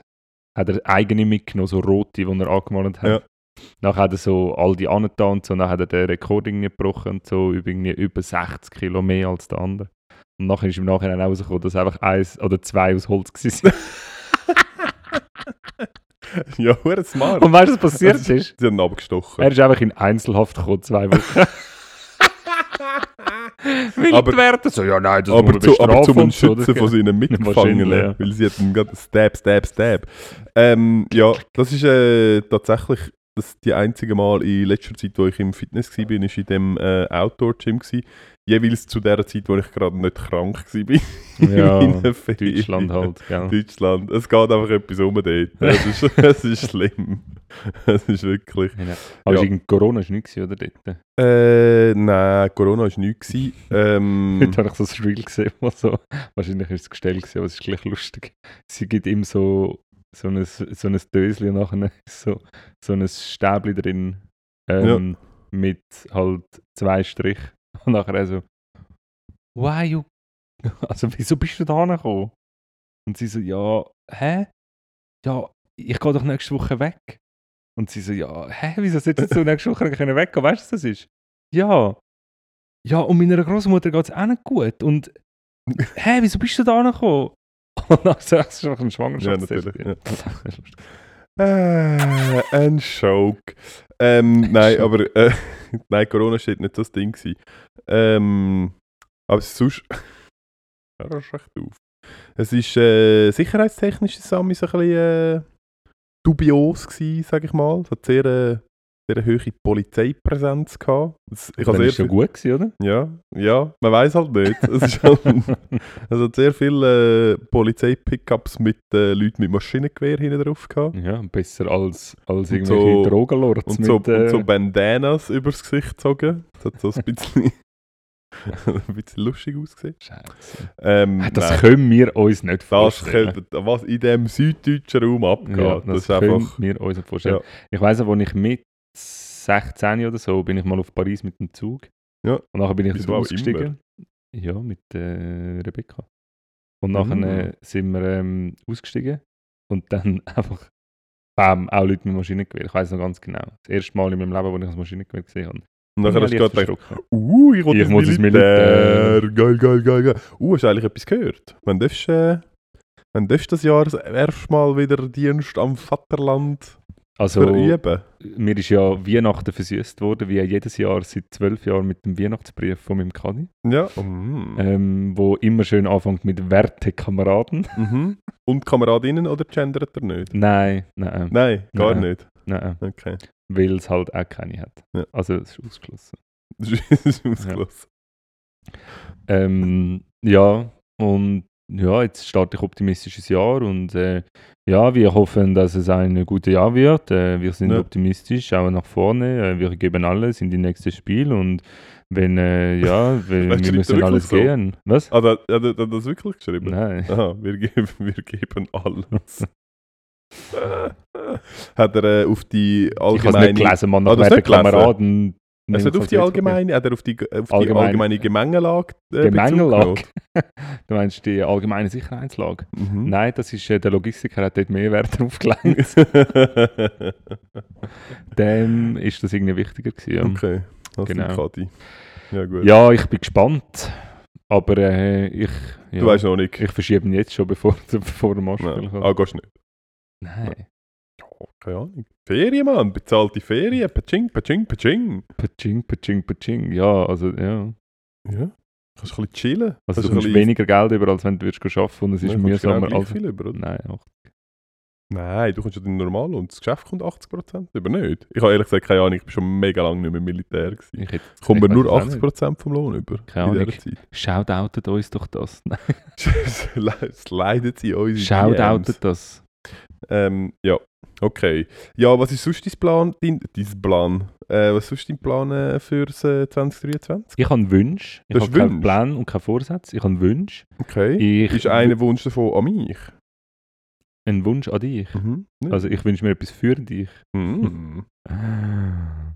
Speaker 1: hat er eigene mitgenommen, so rote, die er angemalt hat.
Speaker 2: Ja.
Speaker 1: Nachher hat er so all die angetan und so, dann hat er den Rekord irgendwie gebrochen und so über, irgendwie über 60 Kilo mehr als der andere. Und nachher ist im Nachhinein auch rausgekommen, dass einfach eins oder zwei aus Holz gewesen sind.
Speaker 2: Ja, hure smart.
Speaker 1: *laughs* Und weißt du, was passiert ist?
Speaker 2: Also, Sie haben ihn abgestochen.
Speaker 1: Er ist einfach in Einzelhaft gekommen, zwei Wochen. *laughs* Weil
Speaker 2: Aber-
Speaker 1: die Werte so, ja nein, das
Speaker 2: aber,
Speaker 1: muss
Speaker 2: um zu,
Speaker 1: man
Speaker 2: aber zum
Speaker 1: bestrafen und so,
Speaker 2: Schützen
Speaker 1: das-
Speaker 2: von seinen
Speaker 1: *laughs*
Speaker 2: Mitgefangenen,
Speaker 1: Wahrscheinlich, ja.
Speaker 2: weil sie hatten gerade Stab, Stab, Stab. Ähm, ja, das ist äh, tatsächlich das die einzige Mal in letzter Zeit, wo ich im Fitness war, bin, ist in dem äh, Outdoor-Gym gewesen. Jeweils zu der Zeit, wo ich gerade nicht krank war. *laughs*
Speaker 1: Ja,
Speaker 2: In
Speaker 1: *laughs*
Speaker 2: meinen Ferien.
Speaker 1: Deutschland halt, gell?
Speaker 2: Deutschland. Es geht einfach etwas um dort. Es ist, *laughs* es ist schlimm. Es ist wirklich.
Speaker 1: Aber
Speaker 2: Ja.
Speaker 1: ja. Corona war nichts, oder? Dort.
Speaker 2: Äh, nein, Corona war nichts. gewesen. Ähm,
Speaker 1: Heute habe ich so ein Reel gesehen, wo so, wahrscheinlich ist es gestellt gewesen, aber es ist gleich lustig. Sie gibt ihm so, so ein, so ein Döschen und nachher *laughs* so, so ein Stäbli drin ähm, mit halt zwei Strich und nachher er so «Why you...» *laughs* Also «Wieso bist du da gekommen?» Und sie so «Ja, hä? Ja, ich gehe doch nächste Woche weg.» Und sie so «Ja, hä? Wieso sollst
Speaker 2: *laughs*
Speaker 1: du nächste Woche können weggehen? Weißt du, was das ist?» «Ja.» «Ja, und meiner Großmutter geht es auch nicht gut.» Und «Hä, wieso bist du da gekommen?» *laughs* Und dann so, das ist doch ein
Speaker 2: ja,
Speaker 1: Schwangerschaftstest.
Speaker 2: natürlich. Ja.
Speaker 1: *laughs* Das ist lustig.
Speaker 2: Äh, ein Joke. Ähm, nein, aber *laughs* äh, nein, Corona steht nicht das Ding. Gewesen. Ähm, aber *laughs* sonst. ja, das ist recht auf. Es ist äh, sicherheitstechnisch ist es ein bisschen äh, dubios, gewesen, sag ich mal. Es hat sehr, äh, sehr eine hohe Polizeipräsenz gehabt. Das, ich habe
Speaker 1: Dann
Speaker 2: sehr
Speaker 1: ist schon
Speaker 2: viel-
Speaker 1: gut gewesen, oder?
Speaker 2: Ja, ja, man weiß halt nicht.
Speaker 1: *laughs*
Speaker 2: Es, ist halt, es hat sehr viele äh, Polizeipickups mit äh, Leuten mit Maschinengewehr hinten drauf gehabt.
Speaker 1: Ja, besser als, als
Speaker 2: Und
Speaker 1: irgendwelche
Speaker 2: so-
Speaker 1: Drogenlords
Speaker 2: Und
Speaker 1: mit...
Speaker 2: so,
Speaker 1: äh,
Speaker 2: und so Bandanas übers Gesicht gezogen. Das hat so ein bisschen, *laughs* ein bisschen lustig ausgesehen.
Speaker 1: Scheiße.
Speaker 2: Ähm,
Speaker 1: Ah, Das
Speaker 2: nein,
Speaker 1: können wir uns nicht
Speaker 2: das
Speaker 1: vorstellen.
Speaker 2: könnte, was in dem süddeutschen Raum abgeht,
Speaker 1: ja,
Speaker 2: das,
Speaker 1: das
Speaker 2: ist einfach...
Speaker 1: können wir uns nicht vorstellen.
Speaker 2: Ja.
Speaker 1: Ich weiss auch, als ich mit 16 oder so bin ich mal auf Paris mit dem Zug.
Speaker 2: Ja.
Speaker 1: Und nachher bin ich
Speaker 2: Bist
Speaker 1: wieder
Speaker 2: du auch
Speaker 1: ausgestiegen. Ja, mit äh, Rebecca. Und
Speaker 2: Mhm.
Speaker 1: nachher äh, sind wir ähm, ausgestiegen und dann *laughs* einfach bam, auch Leute mit Maschinengewehr. Ich weiß noch ganz genau. Das erste Mal in meinem Leben, wo ich ein Maschinengewehr gesehen habe.
Speaker 2: Und nachher
Speaker 1: Bin
Speaker 2: hast
Speaker 1: ich
Speaker 2: du
Speaker 1: leicht
Speaker 2: gerade gedacht,
Speaker 1: verschrocken.
Speaker 2: «Uh, ich will
Speaker 1: Ich
Speaker 2: ins
Speaker 1: muss ins
Speaker 2: Militär!» Geil, geil, geil, geil. «Uh, hast du eigentlich etwas gehört? Wann darfst du... Äh, wann darfst du das Jahr das erste Mal wieder Dienst am Vaterland
Speaker 1: Also,
Speaker 2: verüben?»
Speaker 1: mir ist ja Weihnachten versüßt worden, wie jedes Jahr seit zwölf Jahren mit dem Weihnachtsbrief von meinem Kadi,
Speaker 2: Ja. Mhm.
Speaker 1: ähm, wo immer schön anfängt mit Werte Kameraden.
Speaker 2: Mhm. Und Kameradinnen oder gendert er
Speaker 1: *laughs*
Speaker 2: nicht?
Speaker 1: Nein, nein,
Speaker 2: Nein, gar
Speaker 1: Nein.
Speaker 2: nicht.
Speaker 1: nein,
Speaker 2: Okay.
Speaker 1: weil es halt auch keine hat.
Speaker 2: Ja.
Speaker 1: Also, es ist ausgeschlossen.
Speaker 2: Das ist ausgelassen.
Speaker 1: Ähm, ja, und ja, jetzt starte ich optimistisches Jahr und äh, ja, wir hoffen, dass es ein gutes Jahr wird. Äh, wir sind
Speaker 2: Ja.
Speaker 1: optimistisch, schauen nach vorne, äh, wir geben alles in die nächste Spiel und wenn, äh,
Speaker 2: *laughs*
Speaker 1: ja, wir, wir
Speaker 2: Vielleicht schreibt er
Speaker 1: müssen
Speaker 2: wirklich
Speaker 1: alles
Speaker 2: so.
Speaker 1: gehen. Was?
Speaker 2: Ah, da, da, da, das wirklich geschrieben?
Speaker 1: Nein.
Speaker 2: Aha, wir geben, *laughs* wir geben alles. *laughs* hat er äh, auf die
Speaker 1: Ich habe es nicht
Speaker 2: allgemeine...
Speaker 1: gelesen, man, nach
Speaker 2: Ah, du hast
Speaker 1: werden
Speaker 2: nicht gelesen?
Speaker 1: Kameraden.
Speaker 2: Es hat auf die allgemeine... Hat er auf die, auf die
Speaker 1: Allgemein-
Speaker 2: allgemeine Gemengelage äh, Bezug
Speaker 1: Gemengelage.
Speaker 2: genommen?
Speaker 1: *laughs* du meinst die allgemeine Sicherheitslage?
Speaker 2: Mhm.
Speaker 1: Nein, das ist, äh, der Logistiker hat dort mehr Wert *laughs* drauf gelegt. Dem ist das irgendwie wichtiger gewesen. Ja.
Speaker 2: *laughs* okay, das
Speaker 1: Genau.
Speaker 2: genau. Kadi. Ja gut.
Speaker 1: Ja, ich bin gespannt. Aber äh, ich, ja,
Speaker 2: Du weißt noch nicht.
Speaker 1: ich verschiebe ihn jetzt schon, bevor, *laughs* bevor er Marschspiel
Speaker 2: Nein.
Speaker 1: kommt.
Speaker 2: Ah, gehst nicht.
Speaker 1: Nein.
Speaker 2: Keine Ahnung. Ferien, Mann. Bezahlte Ferien. Paching, paching, paching.
Speaker 1: Paching, paching, paching. Ja, also ja.
Speaker 2: Ja. Kannst du ein bisschen chillen.
Speaker 1: Also
Speaker 2: Kannst
Speaker 1: du kommst
Speaker 2: ein bisschen-
Speaker 1: weniger Geld über, als wenn du würdest arbeiten würdest. Und es ist
Speaker 2: Nein, kommst
Speaker 1: mühsamer
Speaker 2: genau
Speaker 1: als...
Speaker 2: gleich viel über, oder?
Speaker 1: Nein, ach,
Speaker 2: Nein, du kommst ja den normal und das Geschäft kommt 80% über nicht. Ich habe ehrlich gesagt keine Ahnung, ich bin schon mega lange nicht mehr im Militär. Gewesen.
Speaker 1: ich hätte...
Speaker 2: Kommen
Speaker 1: ich
Speaker 2: wir
Speaker 1: weiß
Speaker 2: nur
Speaker 1: es auch nicht.
Speaker 2: 80% vom Lohn über
Speaker 1: Keine
Speaker 2: in
Speaker 1: Ahnung.
Speaker 2: dieser Zeit. *laughs*
Speaker 1: Shoutoutet uns doch das. Nein,
Speaker 2: Es le- es leidet sie uns.
Speaker 1: Shoutoutet das.
Speaker 2: Ähm, ja, okay. Ja, was ist sonst dein Plan? Dein, dein Plan? Äh, was ist sonst dein Plan äh, für äh, 2023?
Speaker 1: Ich habe einen Wunsch. Ich
Speaker 2: Du hast
Speaker 1: habe keinen
Speaker 2: Wünsche?
Speaker 1: Plan und keinen Vorsatz. Ich habe einen Wunsch.
Speaker 2: Okay.
Speaker 1: Ich
Speaker 2: Hm? ist ein Wunsch davon an mich?
Speaker 1: Ein Wunsch an dich.
Speaker 2: Mhm. Ja.
Speaker 1: Also ich wünsche mir etwas für dich. *laughs*
Speaker 2: Mhm. Ah.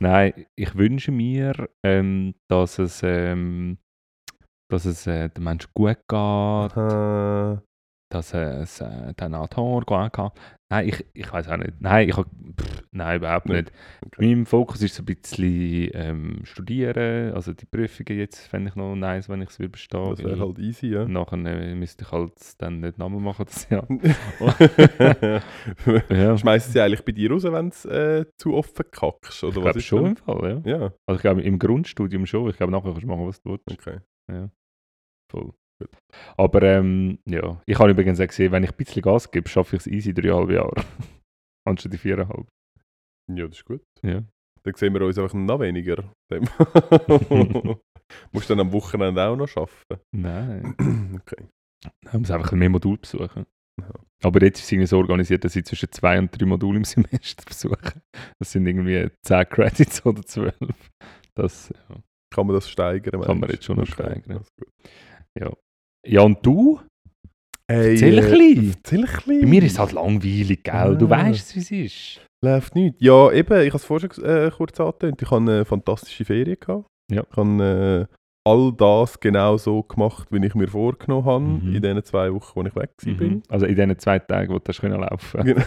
Speaker 1: Nein, ich wünsche mir, ähm, dass es, ähm, dass es äh, den Menschen gut geht,
Speaker 2: Äh,
Speaker 1: dass es äh, den Natur gut geht. Nein, ich, ich weiß auch nicht. Nein, ich hab, pff, nein, überhaupt
Speaker 2: Nein,
Speaker 1: nicht.
Speaker 2: okay.
Speaker 1: Mein Fokus ist so ein bisschen ähm, studieren, also die Prüfungen jetzt fände ich noch nice, wenn ich es bestehen
Speaker 2: das wäre
Speaker 1: weil
Speaker 2: halt easy, ja.
Speaker 1: Nachher äh, müsste ich halt dann nicht Namen machen, das Jahr. ja. Mhm.
Speaker 2: *laughs*
Speaker 1: *laughs*
Speaker 2: Ja. Schmeißen sie eigentlich bei dir raus, wenn du äh, zu offen kackst? Oder
Speaker 1: Ich
Speaker 2: was
Speaker 1: glaube
Speaker 2: ist
Speaker 1: schon
Speaker 2: denn?
Speaker 1: im Fall, ja.
Speaker 2: Ja,
Speaker 1: Also ich glaube im Grundstudium schon. Ich glaube nachher kannst du machen, was du willst.
Speaker 2: okay.
Speaker 1: Voll. Aber ähm, ja, ich habe übrigens auch gesehen, wenn ich ein bisschen Gas gebe, schaffe ich es easy dreieinhalb Jahre. *laughs* anstatt die 4,5.
Speaker 2: Ja, das ist gut.
Speaker 1: Ja.
Speaker 2: Dann sehen wir uns einfach noch
Speaker 1: *laughs*
Speaker 2: weniger. Dem- Musst du dann am Wochenende auch noch arbeiten?
Speaker 1: Nein.
Speaker 2: Okay.
Speaker 1: Man muss einfach mehr Module besuchen.
Speaker 2: Ja.
Speaker 1: Aber jetzt ist es irgendwie so organisiert, dass ich zwischen zwei und drei Module im *laughs* Semester besuche. Das sind irgendwie 10 Credits oder 12. Das, ja.
Speaker 2: Kann man das steigern?
Speaker 1: Kann man
Speaker 2: meinst du?
Speaker 1: jetzt schon noch
Speaker 2: Okay,
Speaker 1: steigern.
Speaker 2: das ist gut.
Speaker 1: ja, und du?
Speaker 2: Hey,
Speaker 1: Erzähl ein
Speaker 2: äh,
Speaker 1: bisschen.
Speaker 2: Erzähl ein bisschen.
Speaker 1: Bei mir ist es halt langweilig, gell? Du
Speaker 2: Ah.
Speaker 1: weißt, wie es ist.
Speaker 2: Läuft nichts. Ja, eben, ich habe es vorher schon äh, kurz angetönt. Ich hatte eine fantastische Ferien. Gehabt.
Speaker 1: Ja.
Speaker 2: Ich habe äh, all das genau so gemacht, wie ich mir vorgenommen habe,
Speaker 1: Mhm.
Speaker 2: in den zwei Wochen, wo ich weg war.
Speaker 1: Mhm. Also in diesen zwei Tagen, wo du hast können laufen
Speaker 2: Genau.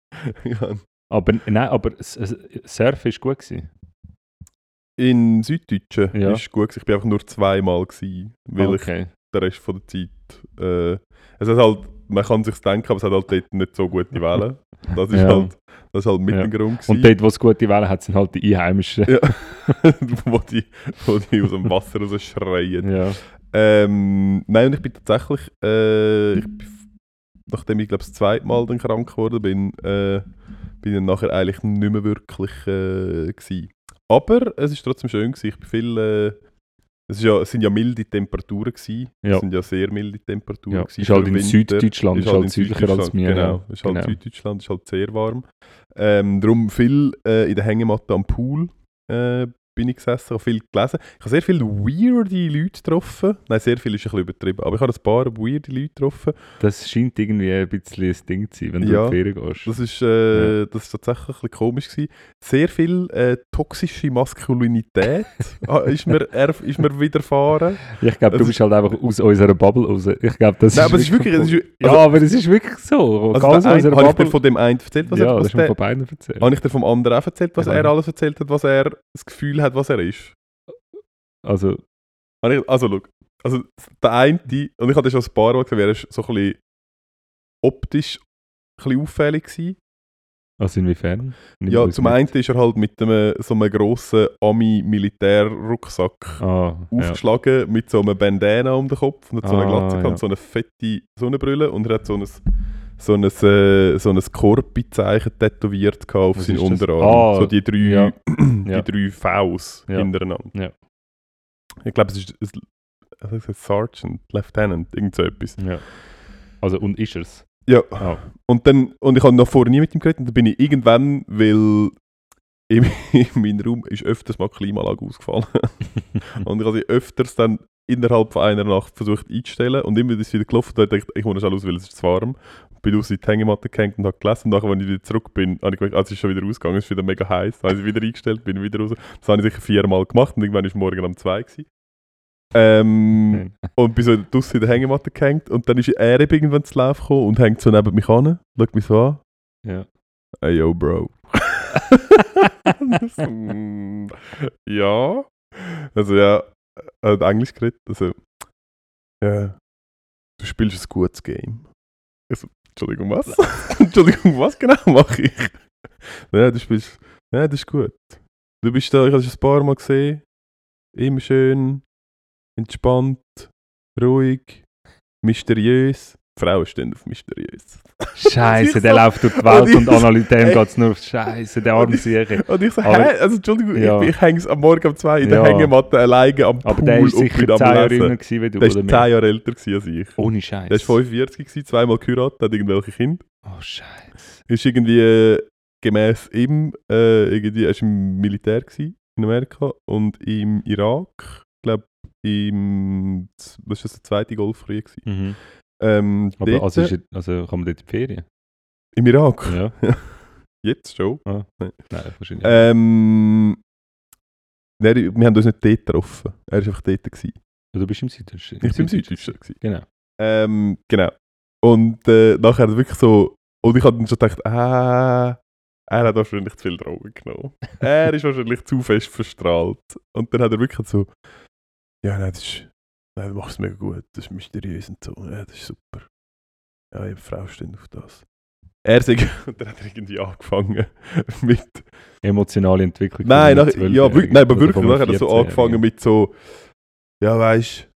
Speaker 2: *laughs* Ich habe
Speaker 1: Aber nein, aber S- S- Surfen war gut. Gewesen.
Speaker 2: in Süddeutschen
Speaker 1: Ja.
Speaker 2: ist gut. gewesen. Ich bin einfach nur zweimal, gewesen, weil ich
Speaker 1: Okay.
Speaker 2: den Rest von der Zeit. Äh, es hat halt, man kann sich denken, aber es hat halt dort nicht so gute Wellen. Das ist
Speaker 1: Ja.
Speaker 2: halt, das ist halt mit
Speaker 1: Ja.
Speaker 2: dem Grund. gewesen.
Speaker 1: Und dort, wo es gute Wellen hat, sind halt die Einheimischen.
Speaker 2: Ja. *laughs* wo, die, wo die aus dem Wasser raus schreien.
Speaker 1: *laughs* Ja.
Speaker 2: Ähm, nein, und ich bin tatsächlich, äh, ich bin, f- nachdem ich glaube das zweite Mal dann krank geworden bin, äh, bin ich dann nachher eigentlich nicht mehr wirklich äh, gsi. Aber es ist trotzdem schön gewesen. Ich bin viel, äh, es, ist ja, es sind ja milde Temperaturen gewesen.
Speaker 1: Ja.
Speaker 2: Es sind ja sehr milde Temperaturen
Speaker 1: Ja.
Speaker 2: gewesen.
Speaker 1: Ist halt
Speaker 2: für
Speaker 1: in
Speaker 2: den Winter.
Speaker 1: Süddeutschland, ist halt
Speaker 2: in
Speaker 1: südlicher als
Speaker 2: Süddeutschland,
Speaker 1: mir.
Speaker 2: Genau,
Speaker 1: ja.
Speaker 2: ist halt
Speaker 1: Genau.
Speaker 2: Süddeutschland, ist halt sehr warm. Ähm, darum viel äh, in der Hängematte am Pool äh, bin ich gesessen, habe viel gelesen. Ich habe sehr viele weirde Leute getroffen. Nein, sehr viel ist ein bisschen übertrieben, aber ich habe ein paar weirde Leute getroffen.
Speaker 1: Das scheint irgendwie ein bisschen ein Ding zu sein, wenn du
Speaker 2: Ja.
Speaker 1: in die Ferien gehst.
Speaker 2: Das ist, äh, das ist tatsächlich ein bisschen komisch gewesen. Sehr viel äh, toxische Maskulinität *laughs* ah, ist, mir erf- ist mir widerfahren.
Speaker 1: ich glaube, du
Speaker 2: das
Speaker 1: bist halt einfach aus unserer Bubble raus. Ich glaube, das
Speaker 2: Nein, aber es ist wirklich... Es ist,
Speaker 1: ja, aber es ist wirklich so.
Speaker 2: also,
Speaker 1: Ganz
Speaker 2: also
Speaker 1: aus
Speaker 2: der eine,
Speaker 1: unserer
Speaker 2: habe ich dir
Speaker 1: Bubble.
Speaker 2: von dem einen erzählt, was,
Speaker 1: ja,
Speaker 2: er,
Speaker 1: das
Speaker 2: was
Speaker 1: hast du mir
Speaker 2: der,
Speaker 1: von beiden erzählt.
Speaker 2: Habe ich dir vom anderen auch erzählt, was
Speaker 1: Ja. genau.
Speaker 2: er alles erzählt hat, was er das Gefühl hat, was er ist?
Speaker 1: Also,
Speaker 2: Habe ich- Also, schau. Also, der eine, die, und ich hatte schon ein paar Mal gesehen, er ist so ein bisschen optisch ein bisschen auffällig gewesen.
Speaker 1: also inwiefern? Nimm
Speaker 2: Ja,
Speaker 1: uns
Speaker 2: zum
Speaker 1: mit.
Speaker 2: einen ist er halt mit einem, so einem grossen Ami-Militär-Rucksack
Speaker 1: Ah, ja.
Speaker 2: aufgeschlagen, mit so einem Bandana um den Kopf und hat so eine
Speaker 1: Ah,
Speaker 2: Glatze gehabt,
Speaker 1: ja.
Speaker 2: so eine fette Sonnenbrille und er hat so ein, so ein, äh, so ein Korpi-Zeichen tätowiert gehabt auf
Speaker 1: Was
Speaker 2: seinen
Speaker 1: ist das?
Speaker 2: Unterarm.
Speaker 1: Ah,
Speaker 2: so die drei
Speaker 1: ja.
Speaker 2: *clears throat* die
Speaker 1: Ja.
Speaker 2: drei Vs
Speaker 1: Ja.
Speaker 2: hintereinander.
Speaker 1: Ja.
Speaker 2: Ich glaube, es ist, es, was ist es Sergeant, Lieutenant, irgend so etwas.
Speaker 1: ja. Also, und ist es?
Speaker 2: Ja,
Speaker 1: Ah.
Speaker 2: und, dann, und ich habe noch vorher nie mit ihm geredet und dann bin ich irgendwann, weil in, *laughs* in meinem Raum ist öfters mal die Klimaanlage ausgefallen. und ich habe sie öfters dann innerhalb von einer Nacht versucht einzustellen und immer ist es wieder gelaufen und dachte ich, ich muss schnell raus, weil es ist zu warm. Bin aus in die Hängematte gehängt und habe gelesen und nachher, wenn ich wieder zurück bin, habe ich gemerkt, ah, es ist schon wieder ausgegangen, es ist wieder mega heiß. Dann habe ich sie wieder eingestellt, bin wieder raus. Das habe ich sicher viermal gemacht und irgendwann war es morgen um zwei. Gewesen. Ähm,
Speaker 1: Nein.
Speaker 2: und bin so draussen in der Hängematte gehängt und dann ist er eben irgendwann zu Lauf gekommen und hängt so neben mich an, schaut mich so an. *laughs*
Speaker 1: Ja.
Speaker 2: Ey, yo, Bro. So, mm, *laughs* ja. Also ja, er hat Englisch geredet. Also, ja. Du spielst ein gutes Game. Also, Entschuldigung, was? *laughs* Entschuldigung, was genau mache ich? Ja, du spielst. Ja, das ist gut. Du bist da, ich habe dich ein paar Mal gesehen. Immer schön, entspannt, ruhig, mysteriös. Die Frauen stehen auf mysteriös.
Speaker 1: Scheiße, der
Speaker 2: so-
Speaker 1: läuft durch die
Speaker 2: Und
Speaker 1: Welt
Speaker 2: ich-
Speaker 1: und analysiert dem
Speaker 2: Ey.
Speaker 1: geht es nur auf Scheiße, der
Speaker 2: Und
Speaker 1: arme
Speaker 2: ich-
Speaker 1: Sieche.
Speaker 2: Und ich so,
Speaker 1: Aber-
Speaker 2: hä? Also, Entschuldigung,
Speaker 1: Ja.
Speaker 2: ich, ich hänge am Morgen um zwei in der
Speaker 1: Ja.
Speaker 2: Hängematte alleine am Pool
Speaker 1: Aber der war
Speaker 2: und bin
Speaker 1: sicher 10
Speaker 2: am
Speaker 1: Jahre
Speaker 2: Lesen.
Speaker 1: jünger gewesen wie du.
Speaker 2: Der war
Speaker 1: Oder
Speaker 2: zehn
Speaker 1: mehr.
Speaker 2: Jahre älter gewesen als ich.
Speaker 1: Ohne Scheiß.
Speaker 2: Der war 45, gewesen, zweimal geheiratet, hat irgendwelche Kinder.
Speaker 1: Oh, Scheiße.
Speaker 2: Ist irgendwie äh, gemäß ihm, äh, irgendwie, er war im Militär gewesen, in Amerika und im Irak, ich glaube, im, Z- was war das, der zweite Golfkrieg gewesen. Ähm,
Speaker 1: Aber
Speaker 2: dort-
Speaker 1: also, ist, er- also kann man dort in die Ferien?
Speaker 2: *laughs* Im Irak,
Speaker 1: Ja.
Speaker 2: jetzt schon.
Speaker 1: Nein, wahrscheinlich.
Speaker 2: Äh. Ähm, nein, wir haben uns nicht dort getroffen, er war einfach dort. Gewesen.
Speaker 1: du bist im Süddeutschen.
Speaker 2: Ich war im Süddeutschen. gewesen.
Speaker 1: Genau.
Speaker 2: Ähm, genau. Und äh, nachher wirklich so. Und ich habe dann schon gedacht, ah, er hat wahrscheinlich zu viel Drogen genommen. er ist wahrscheinlich zu fest verstrahlt. Und dann hat er wirklich so, ja, nein, das ist, nein, du machst es mega gut, das ist mysteriös und so, ja, das ist super. Ja, ich habe Frau stehen auf das. Er sagt, *laughs* und dann hat er irgendwie angefangen *laughs* mit,
Speaker 1: Emotionale Entwicklung.
Speaker 2: Nein,
Speaker 1: von
Speaker 2: nach,
Speaker 1: einem Also
Speaker 2: ja, wirklich,
Speaker 1: 12-Jährigen
Speaker 2: nein, aber
Speaker 1: oder
Speaker 2: wirklich,
Speaker 1: von einem
Speaker 2: nachher hat er so
Speaker 1: 14-Jährigen.
Speaker 2: angefangen mit so, ja, weißt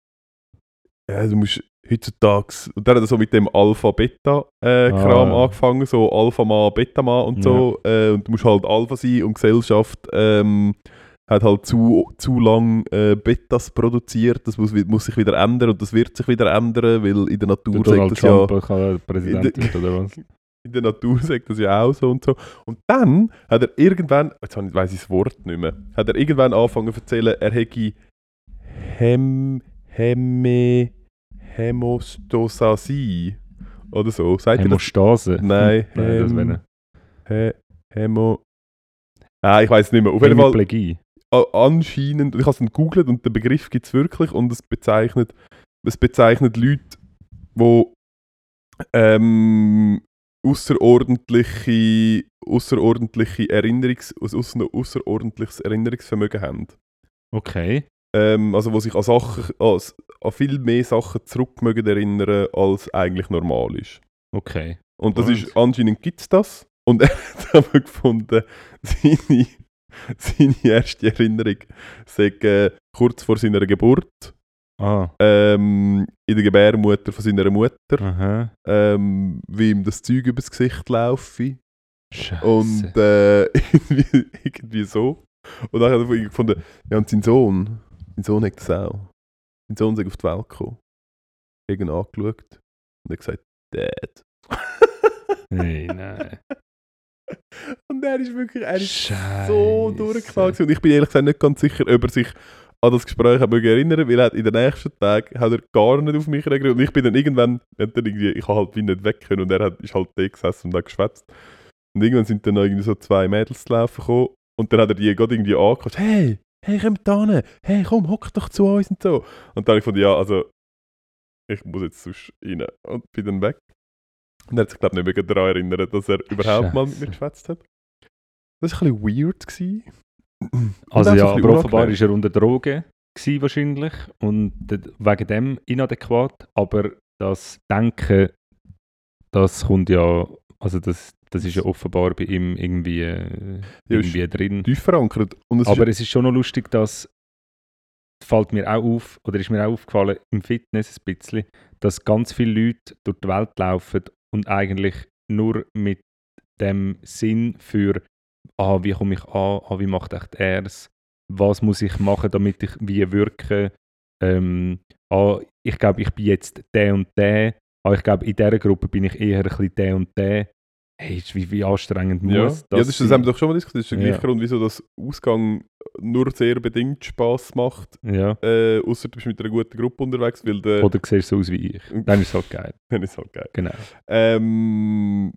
Speaker 2: ja, du musst heutzutage, und der hat so mit dem Alpha-Beta-Kram
Speaker 1: Ah.
Speaker 2: angefangen, so Alpha-Ma, Beta-Ma und so. Äh, und du musst halt Alpha sein und die Gesellschaft ähm, hat halt zu, zu lang äh, Betas produziert. Das muss, wi- muss sich wieder ändern und das wird sich wieder ändern, weil in der Natur sagt
Speaker 1: Donald
Speaker 2: das ja...
Speaker 1: Trump kann Präsident
Speaker 2: In der-
Speaker 1: werden, oder was?
Speaker 2: in der Natur *laughs* sagt das ja auch so und so. Und dann hat er irgendwann, jetzt habe ich- weiss ich das Wort nicht mehr, hat er irgendwann angefangen zu erzählen, er hätte Hem, Heme, Hämostasie oder so. Sagt ihr das?
Speaker 1: Hämostase.
Speaker 2: Nein,
Speaker 1: *laughs*
Speaker 2: ähm,
Speaker 1: Nein, das
Speaker 2: Hem-
Speaker 1: wäre
Speaker 2: He, Hemo... Ah, ich weiß es nicht mehr. Auf jeden Fall
Speaker 1: Hämiplegie.
Speaker 2: a- anscheinend, ich habe es dann gegoogelt und den Begriff gibt es wirklich und es bezeichnet, es bezeichnet Leute, die ähm, außerordentliche, außerordentliche Erinnerungs, ein außerordentliches Erinnerungsvermögen haben.
Speaker 1: Okay.
Speaker 2: Ähm, also wo sich an, Sachen, an, an viel mehr Sachen zurück mögen erinnern, als eigentlich normal ist.
Speaker 1: Okay.
Speaker 2: Und das
Speaker 1: Alright.
Speaker 2: ist, anscheinend gibt es das. Und *laughs* er hat aber gefunden, seine, seine erste Erinnerung sei äh, kurz vor seiner Geburt,
Speaker 1: Ah.
Speaker 2: ähm, in der Gebärmutter von seiner Mutter,
Speaker 1: Aha.
Speaker 2: ähm, wie ihm das Zeug übers Gesicht laufe.
Speaker 1: Scheiße.
Speaker 2: Und äh, *laughs* irgendwie, irgendwie so. Und dann hat er gefunden, ja, und sein Sohn, sein Sohn hat das auch. Sein Sohn ist auf die Welt gekommen. Irgendwann angeschaut und hat gesagt, Dad.
Speaker 1: Hey, nein.
Speaker 2: Und er ist wirklich, *laughs* er ist
Speaker 1: Scheiße.
Speaker 2: so durchgeschlagen. Und ich bin ehrlich gesagt nicht ganz sicher, ob er sich an das Gespräch hat mögen erinnern weil er hat in den nächsten Tagen hat er gar nicht auf mich reagiert. Und ich bin dann irgendwann, hat er irgendwie, ich habe halt wie nicht weg können und er hat, ist halt da gesessen und hat geschwätzt. Und irgendwann sind dann noch irgendwie so zwei Mädels zu laufen gekommen und dann hat er die gerade irgendwie angekostet, hey, hey, komm da hin, hey, komm, hock doch zu uns und so. Und dann habe ich gefunden, ja, also, ich muss jetzt sonst rein und bin dann weg. Und er hat sich, glaube ich, nicht mehr daran erinnert, dass er überhaupt mal mit
Speaker 1: Scheiße.
Speaker 2: mir geschwätzt hat. Das war ein bisschen
Speaker 1: *clears throat*
Speaker 2: weird. Gewesen.
Speaker 1: Also
Speaker 2: Und
Speaker 1: ja,
Speaker 2: auch so ein bisschen
Speaker 1: aber offenbar
Speaker 2: unangenehm.
Speaker 1: war er unter Drogen gewesen wahrscheinlich und d- wegen dem inadäquat, aber das Denken, das kommt ja, also das, das ist ja offenbar bei ihm irgendwie, äh,
Speaker 2: Ja,
Speaker 1: irgendwie drin.
Speaker 2: tief verankert. Und es
Speaker 1: Aber
Speaker 2: ist,
Speaker 1: es ist schon noch lustig, dass fällt mir auch auf, oder ist mir auch aufgefallen im Fitness ein bisschen, dass ganz viele Leute durch die Welt laufen und eigentlich nur mit dem Sinn für ah, wie komme ich an, ah, wie macht echt er es, was muss ich machen, damit ich wie wirke, ähm, ah, ich glaube, ich bin jetzt der und der, ah, ich glaube, in dieser Gruppe bin ich eher ein bisschen der und der. Hey, ist wie, wie anstrengend
Speaker 2: ja.
Speaker 1: muss
Speaker 2: das, ja, das, ist, das
Speaker 1: sein?
Speaker 2: haben wir doch schon mal diskutiert. Das ist der gleiche
Speaker 1: Ja.
Speaker 2: Grund, wieso das Ausgang nur sehr bedingt Spass macht,
Speaker 1: ja.
Speaker 2: äh, außer du bist mit einer guten Gruppe unterwegs, weil der, *laughs*
Speaker 1: Oder siehst du so aus wie ich. Dann ist es halt geil.
Speaker 2: dann ist halt geil.
Speaker 1: Genau.
Speaker 2: Ähm,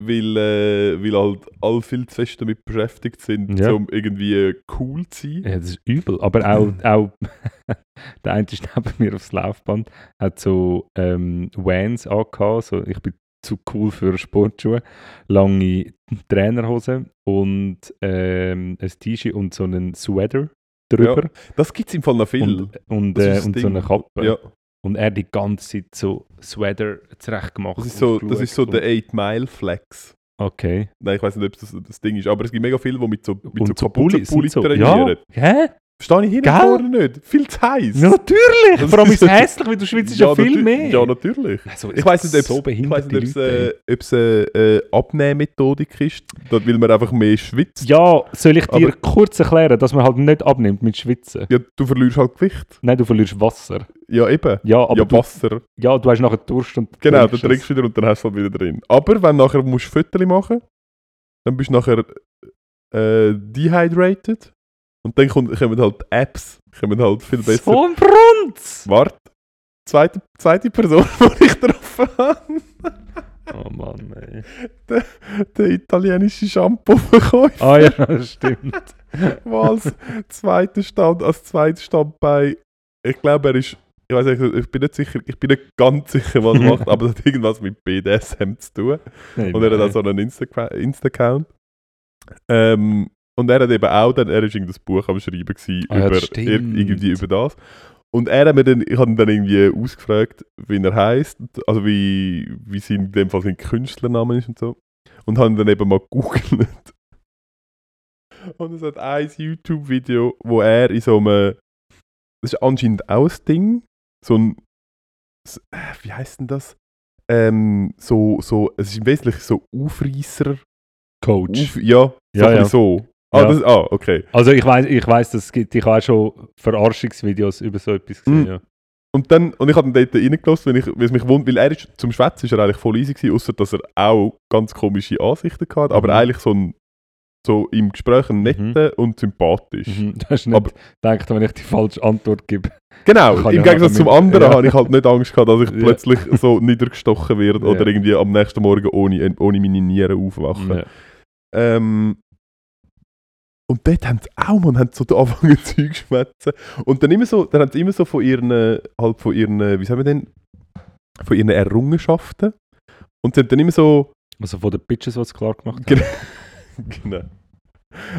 Speaker 2: weil, äh, weil halt alle viel zu fest damit beschäftigt sind,
Speaker 1: Ja.
Speaker 2: um irgendwie cool zu sein.
Speaker 1: Ja, das ist übel. Aber auch, auch *laughs* der eine ist *laughs* neben mir aufs Laufband, hat so ähm, Vans angehabt. So, ich bin zu cool für Sportschuhe. Lange Trainerhosen und ähm, ein T-Shirt und so einen Sweater drüber.
Speaker 2: Das gibt es im Fall noch viel.
Speaker 1: und und,
Speaker 2: das ist
Speaker 1: äh,
Speaker 2: das
Speaker 1: und so
Speaker 2: Ding.
Speaker 1: eine Kappe.
Speaker 2: ja,
Speaker 1: Und er die ganze Zeit so Sweater zurechtgemacht.
Speaker 2: das ist so,
Speaker 1: und
Speaker 2: das ist so
Speaker 1: geschaut
Speaker 2: der 8-Mile-Flex.
Speaker 1: und- Okay.
Speaker 2: Nein, ich weiß nicht, ob das das Ding ist, aber es gibt mega viele, die mit so, mit so
Speaker 1: und so
Speaker 2: kaputten
Speaker 1: Pullis und so.
Speaker 2: trainieren.
Speaker 1: Ja. Hä?
Speaker 2: Verstehe ich hinten
Speaker 1: Gell?
Speaker 2: vorne nicht. Viel zu heiß.
Speaker 1: Natürlich!
Speaker 2: Das
Speaker 1: Vor allem
Speaker 2: ist-
Speaker 1: ist es hässlich, weil du schwitzt ja, viel
Speaker 2: natür-
Speaker 1: mehr.
Speaker 2: Ja, natürlich.
Speaker 1: Also,
Speaker 2: Ich weiß nicht, ob es
Speaker 1: so
Speaker 2: ich weiss
Speaker 1: behinderte
Speaker 2: nicht, ob's,
Speaker 1: Leute.
Speaker 2: äh, ob's eine äh, Abnehmmethodik ist, dort, weil man einfach mehr schwitzt.
Speaker 1: Ja, soll ich dir
Speaker 2: aber-
Speaker 1: kurz erklären, dass man halt nicht abnimmt mit Schwitzen?
Speaker 2: Ja, du verlierst halt Gewicht.
Speaker 1: Nein, du verlierst Wasser.
Speaker 2: Ja, eben.
Speaker 1: Ja, aber
Speaker 2: ja,
Speaker 1: du,
Speaker 2: Wasser.
Speaker 1: ja, du hast nachher Durst und
Speaker 2: Genau, dann
Speaker 1: es.
Speaker 2: trinkst du wieder und dann hast du halt wieder drin. Aber wenn nachher musst du Fötterchen machen, dann bist du nachher äh, dehydrated. Und dann kommt, kommen halt Apps, kommen halt viel besser.
Speaker 1: So ein Brunz!
Speaker 2: Warte, zweite, zweite Person, *laughs* die ich getroffen habe,
Speaker 1: Oh Mann, ey.
Speaker 2: der italienische *laughs* Shampoo-Verkäufer,
Speaker 1: Ah ja, das stimmt.
Speaker 2: der als zweiter Stand, als zweiter Stand bei, ich glaube, er ist, ich weiß nicht, ich bin nicht sicher, ich bin nicht ganz sicher,
Speaker 1: *laughs*
Speaker 2: was er macht, aber das hat irgendwas mit BDSM zu tun.
Speaker 1: Nein,
Speaker 2: *laughs* Und er hat also
Speaker 1: nein.
Speaker 2: auch so einen Insta- Insta-Account. ähm, und er hat eben auch dann, er war irgendein Buch am Schreiben gewesen,
Speaker 1: Ah ja,
Speaker 2: über,
Speaker 1: das stimmt.
Speaker 2: ir- irgendwie über das. Und er hat mir dann, ich habe ihn dann irgendwie ausgefragt, wie er heißt, also wie, wie sein, in dem Fall sein Künstlername ist und so. Und habe ihn dann eben mal gegoogelt. *laughs* Und es hat ein YouTube-Video, wo er in so einem, das ist anscheinend auch ein Ding, so ein s- äh, wie heißt denn das? Ähm, so, so, es ist im Wesentlichen so Aufreisser.
Speaker 1: Coach.
Speaker 2: Auf, ja, so.
Speaker 1: Ja,
Speaker 2: ein bisschen
Speaker 1: ja.
Speaker 2: so. Ah,
Speaker 1: Ja.
Speaker 2: Das, ah okay.
Speaker 1: Also ich weiß, ich weiß, dass es gibt, ich habe auch schon Verarschungsvideos über so etwas gesehen.
Speaker 2: Mhm.
Speaker 1: Ja.
Speaker 2: Und, dann, und ich habe ihn dort reingelassen, weil ich- weil es mich wundert, weil er ist, zum Schwätzen ist er eigentlich voll easy gewesen, außer dass er auch ganz komische Ansichten hatte, aber
Speaker 1: Mhm.
Speaker 2: eigentlich so, ein, so im Gespräch ein netter und sympathisch.
Speaker 1: Mhm. Das ist nicht
Speaker 2: Aber-
Speaker 1: gedacht, wenn ich die falsche Antwort gebe.
Speaker 2: Genau,
Speaker 1: Kann
Speaker 2: im
Speaker 1: ja
Speaker 2: Gegensatz
Speaker 1: auch
Speaker 2: zum
Speaker 1: mit-
Speaker 2: anderen
Speaker 1: ja.
Speaker 2: habe ich halt nicht Angst gehabt, dass ich
Speaker 1: *laughs* Ja.
Speaker 2: plötzlich so niedergestochen werde oder
Speaker 1: Ja.
Speaker 2: irgendwie am nächsten Morgen ohne, ohne meine Nieren aufwache.
Speaker 1: Ja.
Speaker 2: Ähm, und dort haben sie auch, man, haben sie so da *laughs* angefangen Zeug zu schwätzen. Und dann immer so, dann haben sie immer so von ihren, halt von ihren, wie sagen wir denn, von ihren Errungenschaften. Und sie haben dann immer so, *laughs*
Speaker 1: Also von den Bitches, die es klar gemacht haben.
Speaker 2: Genau. genau.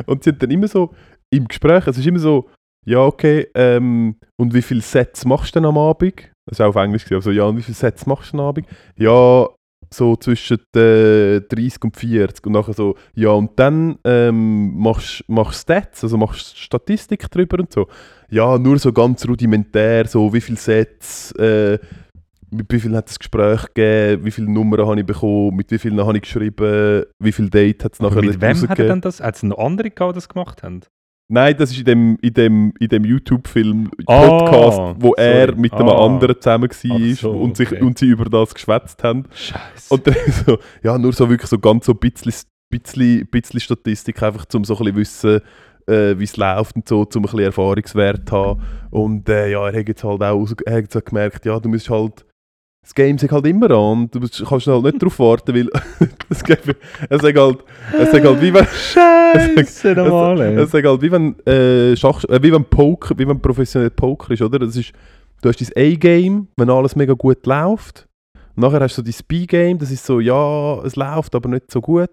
Speaker 2: Und sie haben dann immer so, im Gespräch, es ist immer so, ja, okay, ähm, und wie viele Sets machst du denn am Abend? Das war auch auf Englisch, gewesen, aber so, ja, und wie viele Sets machst du denn am Abend? Ja, so zwischen äh, 30 und 40. Und nachher so, ja, und dann ähm, machst du Stats, also machst Statistik drüber und so. Ja, nur so ganz rudimentär, so wie viele Sets, äh, mit wie vielen hat es Gespräch gegeben, wie viele Nummern habe ich bekommen, mit wie vielen habe ich geschrieben, wie viele Date hat es nachher
Speaker 1: Aber mit wem hat er
Speaker 2: rausgegeben.
Speaker 1: denn das? Hat es noch andere gehabt, die das gemacht haben?
Speaker 2: Nein, das ist in dem, in dem, in dem YouTube-Film
Speaker 1: Ah,
Speaker 2: Podcast, wo
Speaker 1: sorry.
Speaker 2: er mit einem
Speaker 1: Ah.
Speaker 2: anderen zusammen war
Speaker 1: Ach so,
Speaker 2: und, sich,
Speaker 1: okay.
Speaker 2: und sie über das geschwätzt haben.
Speaker 1: Scheiße.
Speaker 2: Und dann *laughs* so, ja, nur so wirklich so ganz so ein bisschen, bisschen, bisschen Statistik, einfach um so ein bisschen wissen, äh, wie es läuft und so, um ein bisschen Erfahrungswert zu haben. Und äh, ja, er hat jetzt halt auch raus- er hat jetzt halt gemerkt, ja, du musst halt, das Game sagt halt immer an, du musst- kannst halt nicht *laughs* drauf warten, weil das Game, er sagt halt, er sagt halt, wie wenn...
Speaker 1: Scheiße, normal. ey.
Speaker 2: Es ist egal, wie wenn äh, Schach, äh, wie wenn Poker, wie wenn professionell Poker ist, oder? Das ist, du hast dein A-Game, wenn alles mega gut läuft. Und nachher hast du dein B-Game, das ist so, ja, es läuft, aber nicht so gut.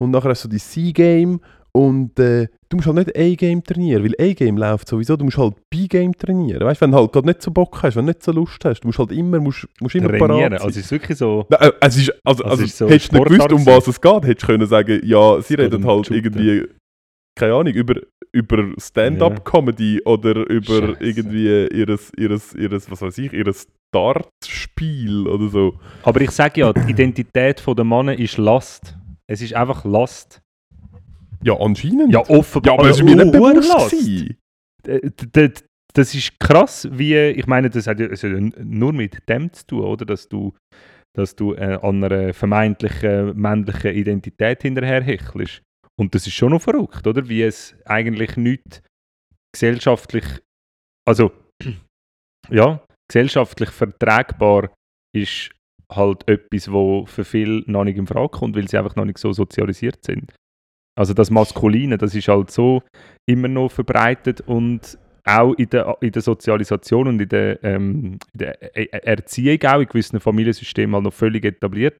Speaker 2: Und nachher hast du dein C-Game und äh, du musst halt nicht A-Game trainieren, weil A-Game läuft sowieso, du musst halt B-Game trainieren. Weißt du, wenn du halt gerade nicht so Bock hast, wenn du nicht so Lust hast, du musst halt immer, musst, musst immer parat
Speaker 1: Trainieren.
Speaker 2: sein.
Speaker 1: Also es ist wirklich so.
Speaker 2: Nein, äh, es ist,
Speaker 1: Also
Speaker 2: also, also,
Speaker 1: es ist so
Speaker 2: hättest du nicht
Speaker 1: Sportart
Speaker 2: gewusst, um was es geht, hättest du können sagen, ja, sie
Speaker 1: geht
Speaker 2: reden
Speaker 1: um
Speaker 2: halt
Speaker 1: Shooten.
Speaker 2: irgendwie, keine Ahnung, über, über
Speaker 1: Ja.
Speaker 2: Stand-up-Comedy oder über
Speaker 1: Scheiße.
Speaker 2: irgendwie ihres, ihres, ihres, was weiß ich, ihres Dartspiel oder so.
Speaker 1: Aber ich sage ja, die Identität der Männer ist Last. Es ist einfach Last.
Speaker 2: Ja, anscheinend.
Speaker 1: Ja, offenbar.
Speaker 2: Ja, aber es
Speaker 1: also,
Speaker 2: ist mir nicht
Speaker 1: oh,
Speaker 2: bewusst
Speaker 1: Last.
Speaker 2: gewesen.
Speaker 1: Äh, D- d- d- Das ist krass, wie, ich meine, das hat ja, es hat ja n- nur mit dem zu tun, oder? Dass du, dass du äh, an einer vermeintlichen männlichen Identität hinterherhechelst. Und das ist schon noch verrückt, oder? Wie es eigentlich nicht gesellschaftlich, also, *clears throat* ja, gesellschaftlich verträgbar ist halt etwas, wo für viele noch nicht in Frage kommt, weil sie einfach noch nicht so sozialisiert sind. Also das Maskuline, das ist halt so immer noch verbreitet und auch in der, in der Sozialisation und in der, ähm, in der E- E- Erziehung auch in gewissen Familiensystemen halt noch völlig etabliert.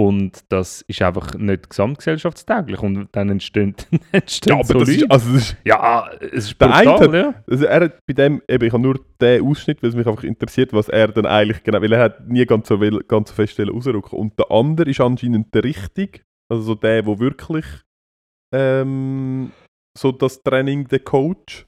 Speaker 1: Und das ist einfach nicht gesamtgesellschaftstäglich. Und dann entstehen, *laughs* entstehen
Speaker 2: Ja, aber
Speaker 1: so
Speaker 2: das
Speaker 1: Leute.
Speaker 2: ist, also das ist,
Speaker 1: ja, es ist
Speaker 2: Der eine
Speaker 1: brutal,
Speaker 2: hat-
Speaker 1: ja.
Speaker 2: also er hat bei dem, eben, ich habe nur den Ausschnitt, weil es mich einfach interessiert, was er dann eigentlich genau, weil er hat nie ganz so, will- ganz so feststellen rausrücken. Und der andere ist anscheinend der richtige, also so der, wo wirklich ähm, so das Training, der Coach.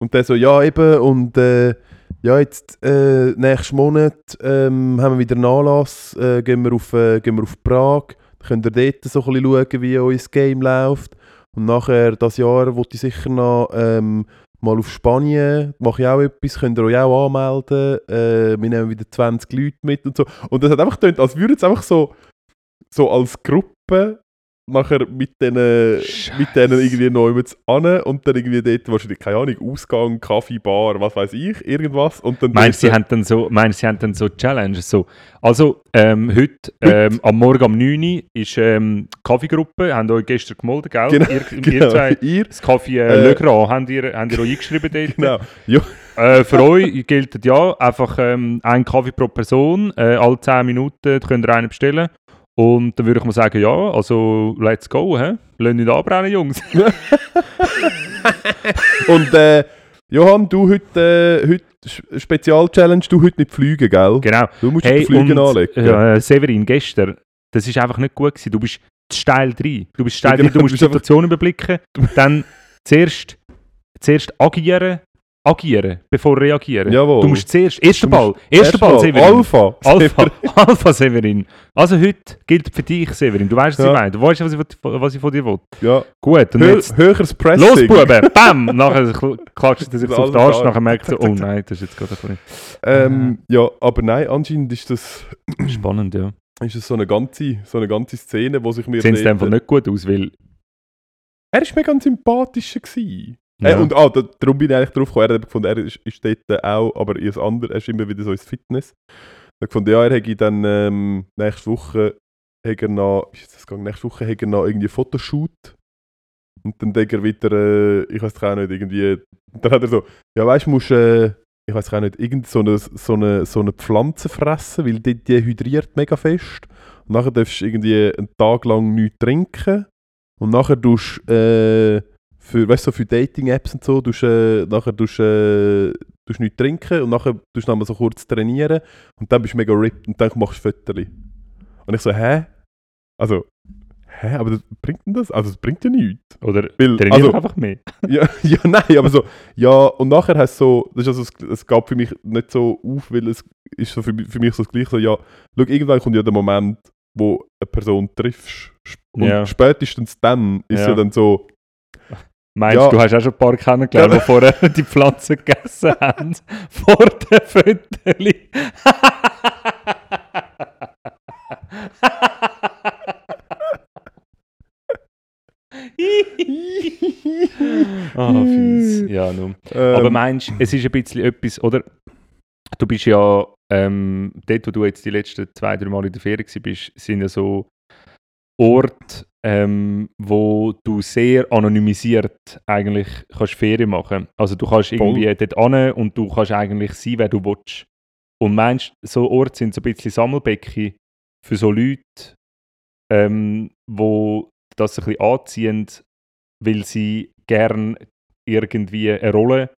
Speaker 2: Und der so, ja eben, und äh, ja jetzt äh, nächsten Monat ähm, haben wir wieder einen Anlass, äh, gehen, wir auf, äh, gehen wir auf Prag, dann könnt ihr dort so ein bisschen schauen, wie euer Game läuft. Und nachher, das Jahr, wollte ich sicher noch ähm, mal auf Spanien, mache ich auch etwas, könnt ihr euch auch anmelden, äh, wir nehmen wieder 20 Leute mit und so. Und das hat einfach getönt, als würden es einfach so, so als Gruppe nachher mit denen mit denen irgendwie neu an und dann irgendwie dort wahrscheinlich, keine Ahnung, Ausgang, Kaffee, Bar, was weiß ich, irgendwas. Und dann
Speaker 1: Meinst du, sie
Speaker 2: dort-
Speaker 1: haben dann so, meinst, du, sie haben dann so Challenges? So, also, ähm, heute ähm, am Morgen um 9 Uhr ist ähm, die Kaffeegruppe, haben euch gestern gemeldet, gell?
Speaker 2: Genau,
Speaker 1: *laughs* ihr, ihr
Speaker 2: genau,
Speaker 1: zwei,
Speaker 2: ihr,
Speaker 1: das Kaffee äh,
Speaker 2: Äh,
Speaker 1: Le Grand, habt ihr, habt ihr euch eingeschrieben *laughs* dort?
Speaker 2: genau.
Speaker 1: Äh, für euch gilt ja einfach ähm, ein Kaffee pro Person, äh, alle 10 Minuten könnt ihr einen bestellen. Und dann würde ich mal sagen, ja, also let's go, hä? Lass nicht anbrennen, Jungs. *laughs*
Speaker 2: Und äh, Johann, du heute, äh, heute Sch- Spezial-Challenge, du heute nicht fliegen, gell?
Speaker 1: genau.
Speaker 2: Du musst hey, die Flüge anlegen.
Speaker 1: äh, Severin, gestern, das ist einfach nicht gut gewesen. Du bist zu steil drin. Du bist steil
Speaker 2: Genau,
Speaker 1: drin, du musst
Speaker 2: du
Speaker 1: die
Speaker 2: bist einfach-
Speaker 1: Situation überblicken. Dann zuerst, zuerst agieren, agieren, bevor reagieren.
Speaker 2: Jawohl.
Speaker 1: Du musst zuerst, erster
Speaker 2: Du musst-
Speaker 1: Ball, erster Ball, Severin.
Speaker 2: Alpha.
Speaker 1: Alpha, *laughs* Alpha Severin. Also heute gilt für dich, Severin. Du weißt, was
Speaker 2: Ja.
Speaker 1: ich meine. Du weißt, was ich, von- was ich von dir will.
Speaker 2: *laughs* Ja.
Speaker 1: Gut, und
Speaker 2: Hö
Speaker 1: jetzt.
Speaker 2: höheres Pressing.
Speaker 1: Los, Buben! Bam! Nachher kl- klatscht er sich
Speaker 2: Alles
Speaker 1: auf den Arsch,
Speaker 2: klar.
Speaker 1: nachher merkt er,
Speaker 2: *laughs* Zack, zack,
Speaker 1: oh nein, das ist jetzt gerade ein
Speaker 2: Ähm, ja, aber nein, anscheinend ist das,
Speaker 1: bisschen spannend, ja.
Speaker 2: ist das so, eine ganze, so eine ganze Szene, wo sich mir...
Speaker 1: Sehen sie in dem Fall nicht gut aus, weil...
Speaker 2: Er war mega ein sympathischer. Gewesen.
Speaker 1: Ja.
Speaker 2: Äh, und ah, da, darum bin ich eigentlich drauf gekommen. Er hat gefunden, er ist, ist dort äh, auch, aber ihr ander, er ist immer wieder so ins Fitness. Er hat gefunden, ja, er hätte dann ähm, nächste Woche hat er noch, wie ist das gegangen? Nächste Woche hat er noch irgendwie einen Fotoshoot. Und dann denkt er wieder, äh, ich weiß auch nicht, irgendwie. Dann hat er so, ja, weißt du, musst, äh, ich weiß auch nicht, irgend so eine, so, eine, so eine Pflanze fressen, weil die, die hydriert mega fest. Und nachher darfst du irgendwie einen Tag lang nichts trinken. Und nachher tust du, äh, für, weißt du, so für Dating-Apps und so, tust, äh, nachher tust, äh, tust nichts trinken und nachher tust du nochmal so kurz trainieren und dann bist du mega ripped und dann machst du Fötterli. Und ich so, hä? Also, hä? Aber das bringt denn das? Also, das bringt ja nichts.
Speaker 1: Oder
Speaker 2: Weil,
Speaker 1: trainieren
Speaker 2: also,
Speaker 1: einfach mehr.
Speaker 2: *laughs* ja, ja, nein, aber so, ja, und nachher hast du so, das ist also, das- es gab für mich nicht so auf, weil es ist so für, mich- für mich so das Gleiche, so, ja, schau, irgendwann kommt ja der Moment, wo eine Person triffst sp- und
Speaker 1: Ja.
Speaker 2: spätestens dann ist
Speaker 1: Ja.
Speaker 2: ja dann
Speaker 1: *laughs*
Speaker 2: so,
Speaker 1: Meinst
Speaker 2: Ja.
Speaker 1: du, du hast auch schon ein paar kennengelernt, die vorher *laughs* die Pflanzen gegessen haben? *laughs* Vor den Fötterli. *laughs* Ah, fies. Ja, nun.
Speaker 2: ähm,
Speaker 1: Aber meinst du, es ist ein bisschen etwas, oder? Du bist ja, ähm, dort wo du jetzt die letzten zwei, drei Mal in der Ferien gewesen bist, sind ja so Orte, ähm, wo du sehr anonymisiert eigentlich kannst Ferien machen Also du kannst irgendwie dort hin und du kannst eigentlich sein, wer du willst. Und meinst du, so Orte sind so ein bisschen Sammelbecken für so Leute, ähm, wo das ein bisschen anziehen, weil sie gern irgendwie eine Rolle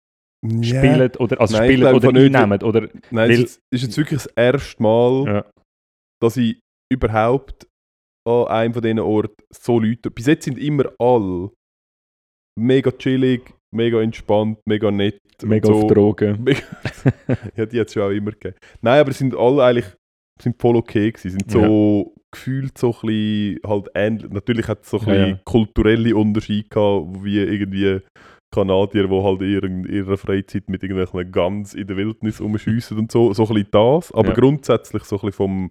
Speaker 2: Ja.
Speaker 1: spielen oder also
Speaker 2: Nein, ich
Speaker 1: spielen
Speaker 2: glaube
Speaker 1: oder
Speaker 2: nicht.
Speaker 1: einnehmen oder
Speaker 2: Nein,
Speaker 1: Weil-
Speaker 2: es ist, ist jetzt wirklich das erste Mal,
Speaker 1: Ja.
Speaker 2: dass ich überhaupt an einem von diesen Orten so Leute. Bis jetzt sind immer alle mega chillig, mega entspannt, mega nett. und
Speaker 1: mega
Speaker 2: so.
Speaker 1: auf Drogen.
Speaker 2: Ja, die hat es schon auch immer gegeben. Nein, aber es sind alle eigentlich sind voll okay gewesen, sind so gefühlt so ein bisschen halt ähnlich. Natürlich hat es so ein
Speaker 1: Ja,
Speaker 2: bisschen
Speaker 1: ja.
Speaker 2: kulturelle Unterschiede gehabt, wie irgendwie Kanadier, die halt in ihrer Freizeit mit irgendwelchen Gans in der Wildnis rumschiessen und so. So ein bisschen das, aber
Speaker 1: Ja.
Speaker 2: grundsätzlich so ein bisschen vom,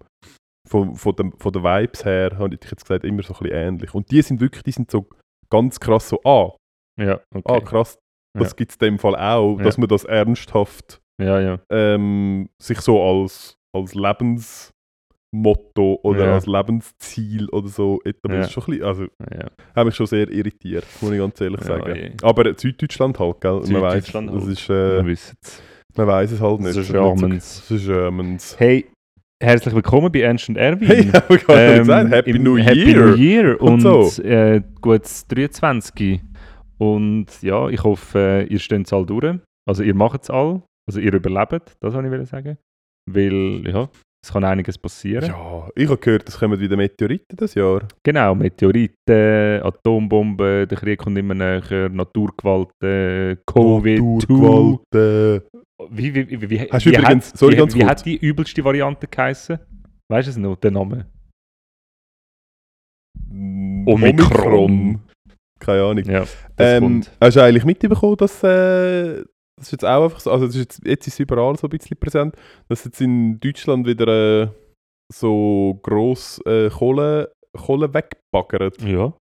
Speaker 2: vom, von, dem, von den Vibes her, habe ich jetzt gesagt, immer so ein bisschen ähnlich. Und die sind wirklich, die sind so ganz krass so, ah,
Speaker 1: Ja, okay.
Speaker 2: ah krass, das
Speaker 1: Ja.
Speaker 2: gibt es in dem Fall auch,
Speaker 1: Ja.
Speaker 2: dass man das ernsthaft
Speaker 1: ja, ja.
Speaker 2: ähm, sich so als, als Lebensmotto oder
Speaker 1: Ja.
Speaker 2: als Lebensziel oder so etabliert.
Speaker 1: Ja.
Speaker 2: Das ist Schon ein bisschen, also,
Speaker 1: ja.
Speaker 2: hat mich schon sehr irritiert, muss ich ganz ehrlich
Speaker 1: Ja,
Speaker 2: sagen.
Speaker 1: eh.
Speaker 2: Aber Süddeutschland halt, gell? Man weiß,
Speaker 1: Süddeutschland
Speaker 2: das
Speaker 1: halt.
Speaker 2: ist, äh,
Speaker 1: Wir wissen's.
Speaker 2: man weiß es halt
Speaker 1: Das
Speaker 2: nicht.
Speaker 1: ist
Speaker 2: nicht so-
Speaker 1: Germans.
Speaker 2: Das ist Germans.
Speaker 1: Hey, herzlich willkommen bei Ernst und
Speaker 2: *laughs*
Speaker 1: Erwin.
Speaker 2: Hey, aber kann ich
Speaker 1: Ähm,
Speaker 2: nicht sagen. Happy
Speaker 1: im
Speaker 2: New Year!
Speaker 1: Happy New Year
Speaker 2: Und
Speaker 1: und,
Speaker 2: so.
Speaker 1: äh, gutes 23. Und ja, ich hoffe, äh, ihr steht es all durch. Also ihr macht es all. Also ihr überlebt, das wollte ich wollen sagen. Weil, ja, es kann einiges passieren.
Speaker 2: Ja, ich habe gehört, es kommen wieder Meteoriten dieses Jahr.
Speaker 1: Genau, Meteoriten, Atombomben, der Krieg kommt immer näher, Naturgewalt, äh, Covid,
Speaker 2: Naturgewalt, äh,
Speaker 1: Wie, wie, wie, wie,
Speaker 2: Hast
Speaker 1: wie,
Speaker 2: du übrigens-
Speaker 1: hat,
Speaker 2: sorry,
Speaker 1: wie,
Speaker 2: ganz
Speaker 1: wie
Speaker 2: kurz.
Speaker 1: hat die übelste Variante geheißen? Weißt du es noch, den Namen? Omikron.
Speaker 2: Keine Ahnung.
Speaker 1: Ja, das
Speaker 2: Ähm,
Speaker 1: kommt.
Speaker 2: hast du eigentlich mitbekommen, dass äh, das ist jetzt auch einfach so, also das ist jetzt, jetzt ist es überall so ein bisschen präsent, dass jetzt in Deutschland wieder äh, so gross äh, Kohle, Kohle wegbaggert.
Speaker 1: Ja.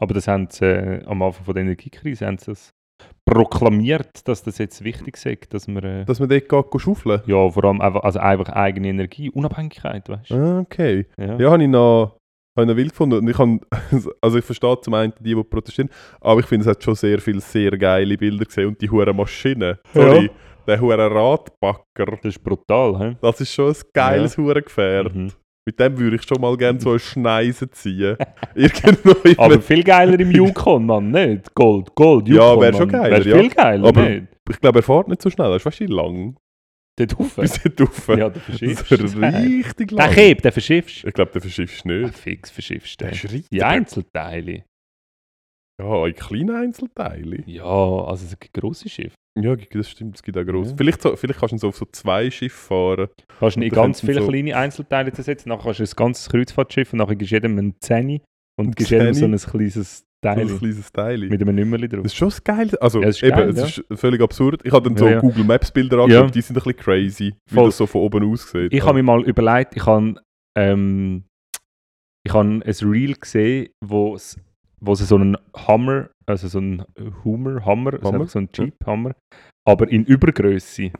Speaker 1: Aber das haben sie äh, am Anfang von der Energiekrise haben sie das proklamiert, dass das jetzt wichtig ist, dass wir äh,
Speaker 2: Dass man dort geht, go schaufeln
Speaker 1: ja, vor allem einfach, also einfach eigene Energie, Unabhängigkeit, weißt du?
Speaker 2: Ah, Okay.
Speaker 1: Ja.
Speaker 2: Ja, habe ich noch, habe *laughs* ich noch wild gefunden. Und ich kann, also ich verstehe zum einen die, die protestieren, aber ich finde, es hat schon sehr viele sehr geile Bilder gesehen und die hure Maschine. Sorry,
Speaker 1: Ja.
Speaker 2: der hure Radbagger.
Speaker 1: Das ist brutal, hä?
Speaker 2: Das ist schon ein geiles hure Gefährt.
Speaker 1: Mhm.
Speaker 2: Mit dem würde ich schon mal gerne so eine Schneise ziehen. *laughs* Irgendwo in
Speaker 1: Aber
Speaker 2: einem-
Speaker 1: viel geiler im
Speaker 2: *laughs*
Speaker 1: Yukon, Mann, nicht? Gold, Gold,
Speaker 2: Ja,
Speaker 1: Yukon.
Speaker 2: wär schon
Speaker 1: Mann.
Speaker 2: geiler,
Speaker 1: Wär
Speaker 2: ja.
Speaker 1: viel geiler,
Speaker 2: Aber-
Speaker 1: nicht?
Speaker 2: Ich glaube, er fährt nicht so schnell. Er ist wahrscheinlich lang.
Speaker 1: Dort rauf.
Speaker 2: Bis dort rauf.
Speaker 1: Ja, du
Speaker 2: *laughs* das
Speaker 1: verschiffst.
Speaker 2: ist richtig
Speaker 1: Den
Speaker 2: lang.
Speaker 1: Keb, den verschiffst. Ah,
Speaker 2: Ich glaube, der verschiffst du
Speaker 1: Ja,
Speaker 2: nicht.
Speaker 1: fix verschiffst
Speaker 2: Der
Speaker 1: du.
Speaker 2: schreit.
Speaker 1: Die Einzelteile.
Speaker 2: Ja, in kleinen Einzelteile.
Speaker 1: Ja, also es gibt grosse Schiffe.
Speaker 2: Ja, g- das stimmt, es gibt auch grosse.
Speaker 1: Ja.
Speaker 2: Vielleicht, so, vielleicht kannst du so auf so zwei Schiffe fahren.
Speaker 1: Kannst du in
Speaker 2: Und dann
Speaker 1: ganz
Speaker 2: könnten
Speaker 1: viele
Speaker 2: so-
Speaker 1: kleine Einzelteile zersetzen, nachher kannst du ein ganzes Kreuzfahrtschiff und nachher gibst jedem einen Zehni
Speaker 2: Ein
Speaker 1: und gibst jedem so ein
Speaker 2: Zehni?
Speaker 1: kleines
Speaker 2: So
Speaker 1: Teil
Speaker 2: ein kleines Teil.
Speaker 1: mit einem Nummerli drauf.
Speaker 2: Das ist schon das Geile. Also,
Speaker 1: Ja, das ist
Speaker 2: eben,
Speaker 1: geil,
Speaker 2: es
Speaker 1: ja.
Speaker 2: ist völlig absurd. Ich habe dann so
Speaker 1: Ja, ja.
Speaker 2: Google Maps Bilder angeschaut,
Speaker 1: Ja.
Speaker 2: die sind ein bisschen crazy, wie
Speaker 1: Voll.
Speaker 2: das so von oben aussieht.
Speaker 1: Ich habe mir mal überlegt, ich habe ähm, ich habe ein Reel gesehen, wo es wo es so einen Hammer, also so einen Hummer, Hammer, also
Speaker 2: Hummer,
Speaker 1: einfach so einen Jeep Hammer, aber in Übergröße.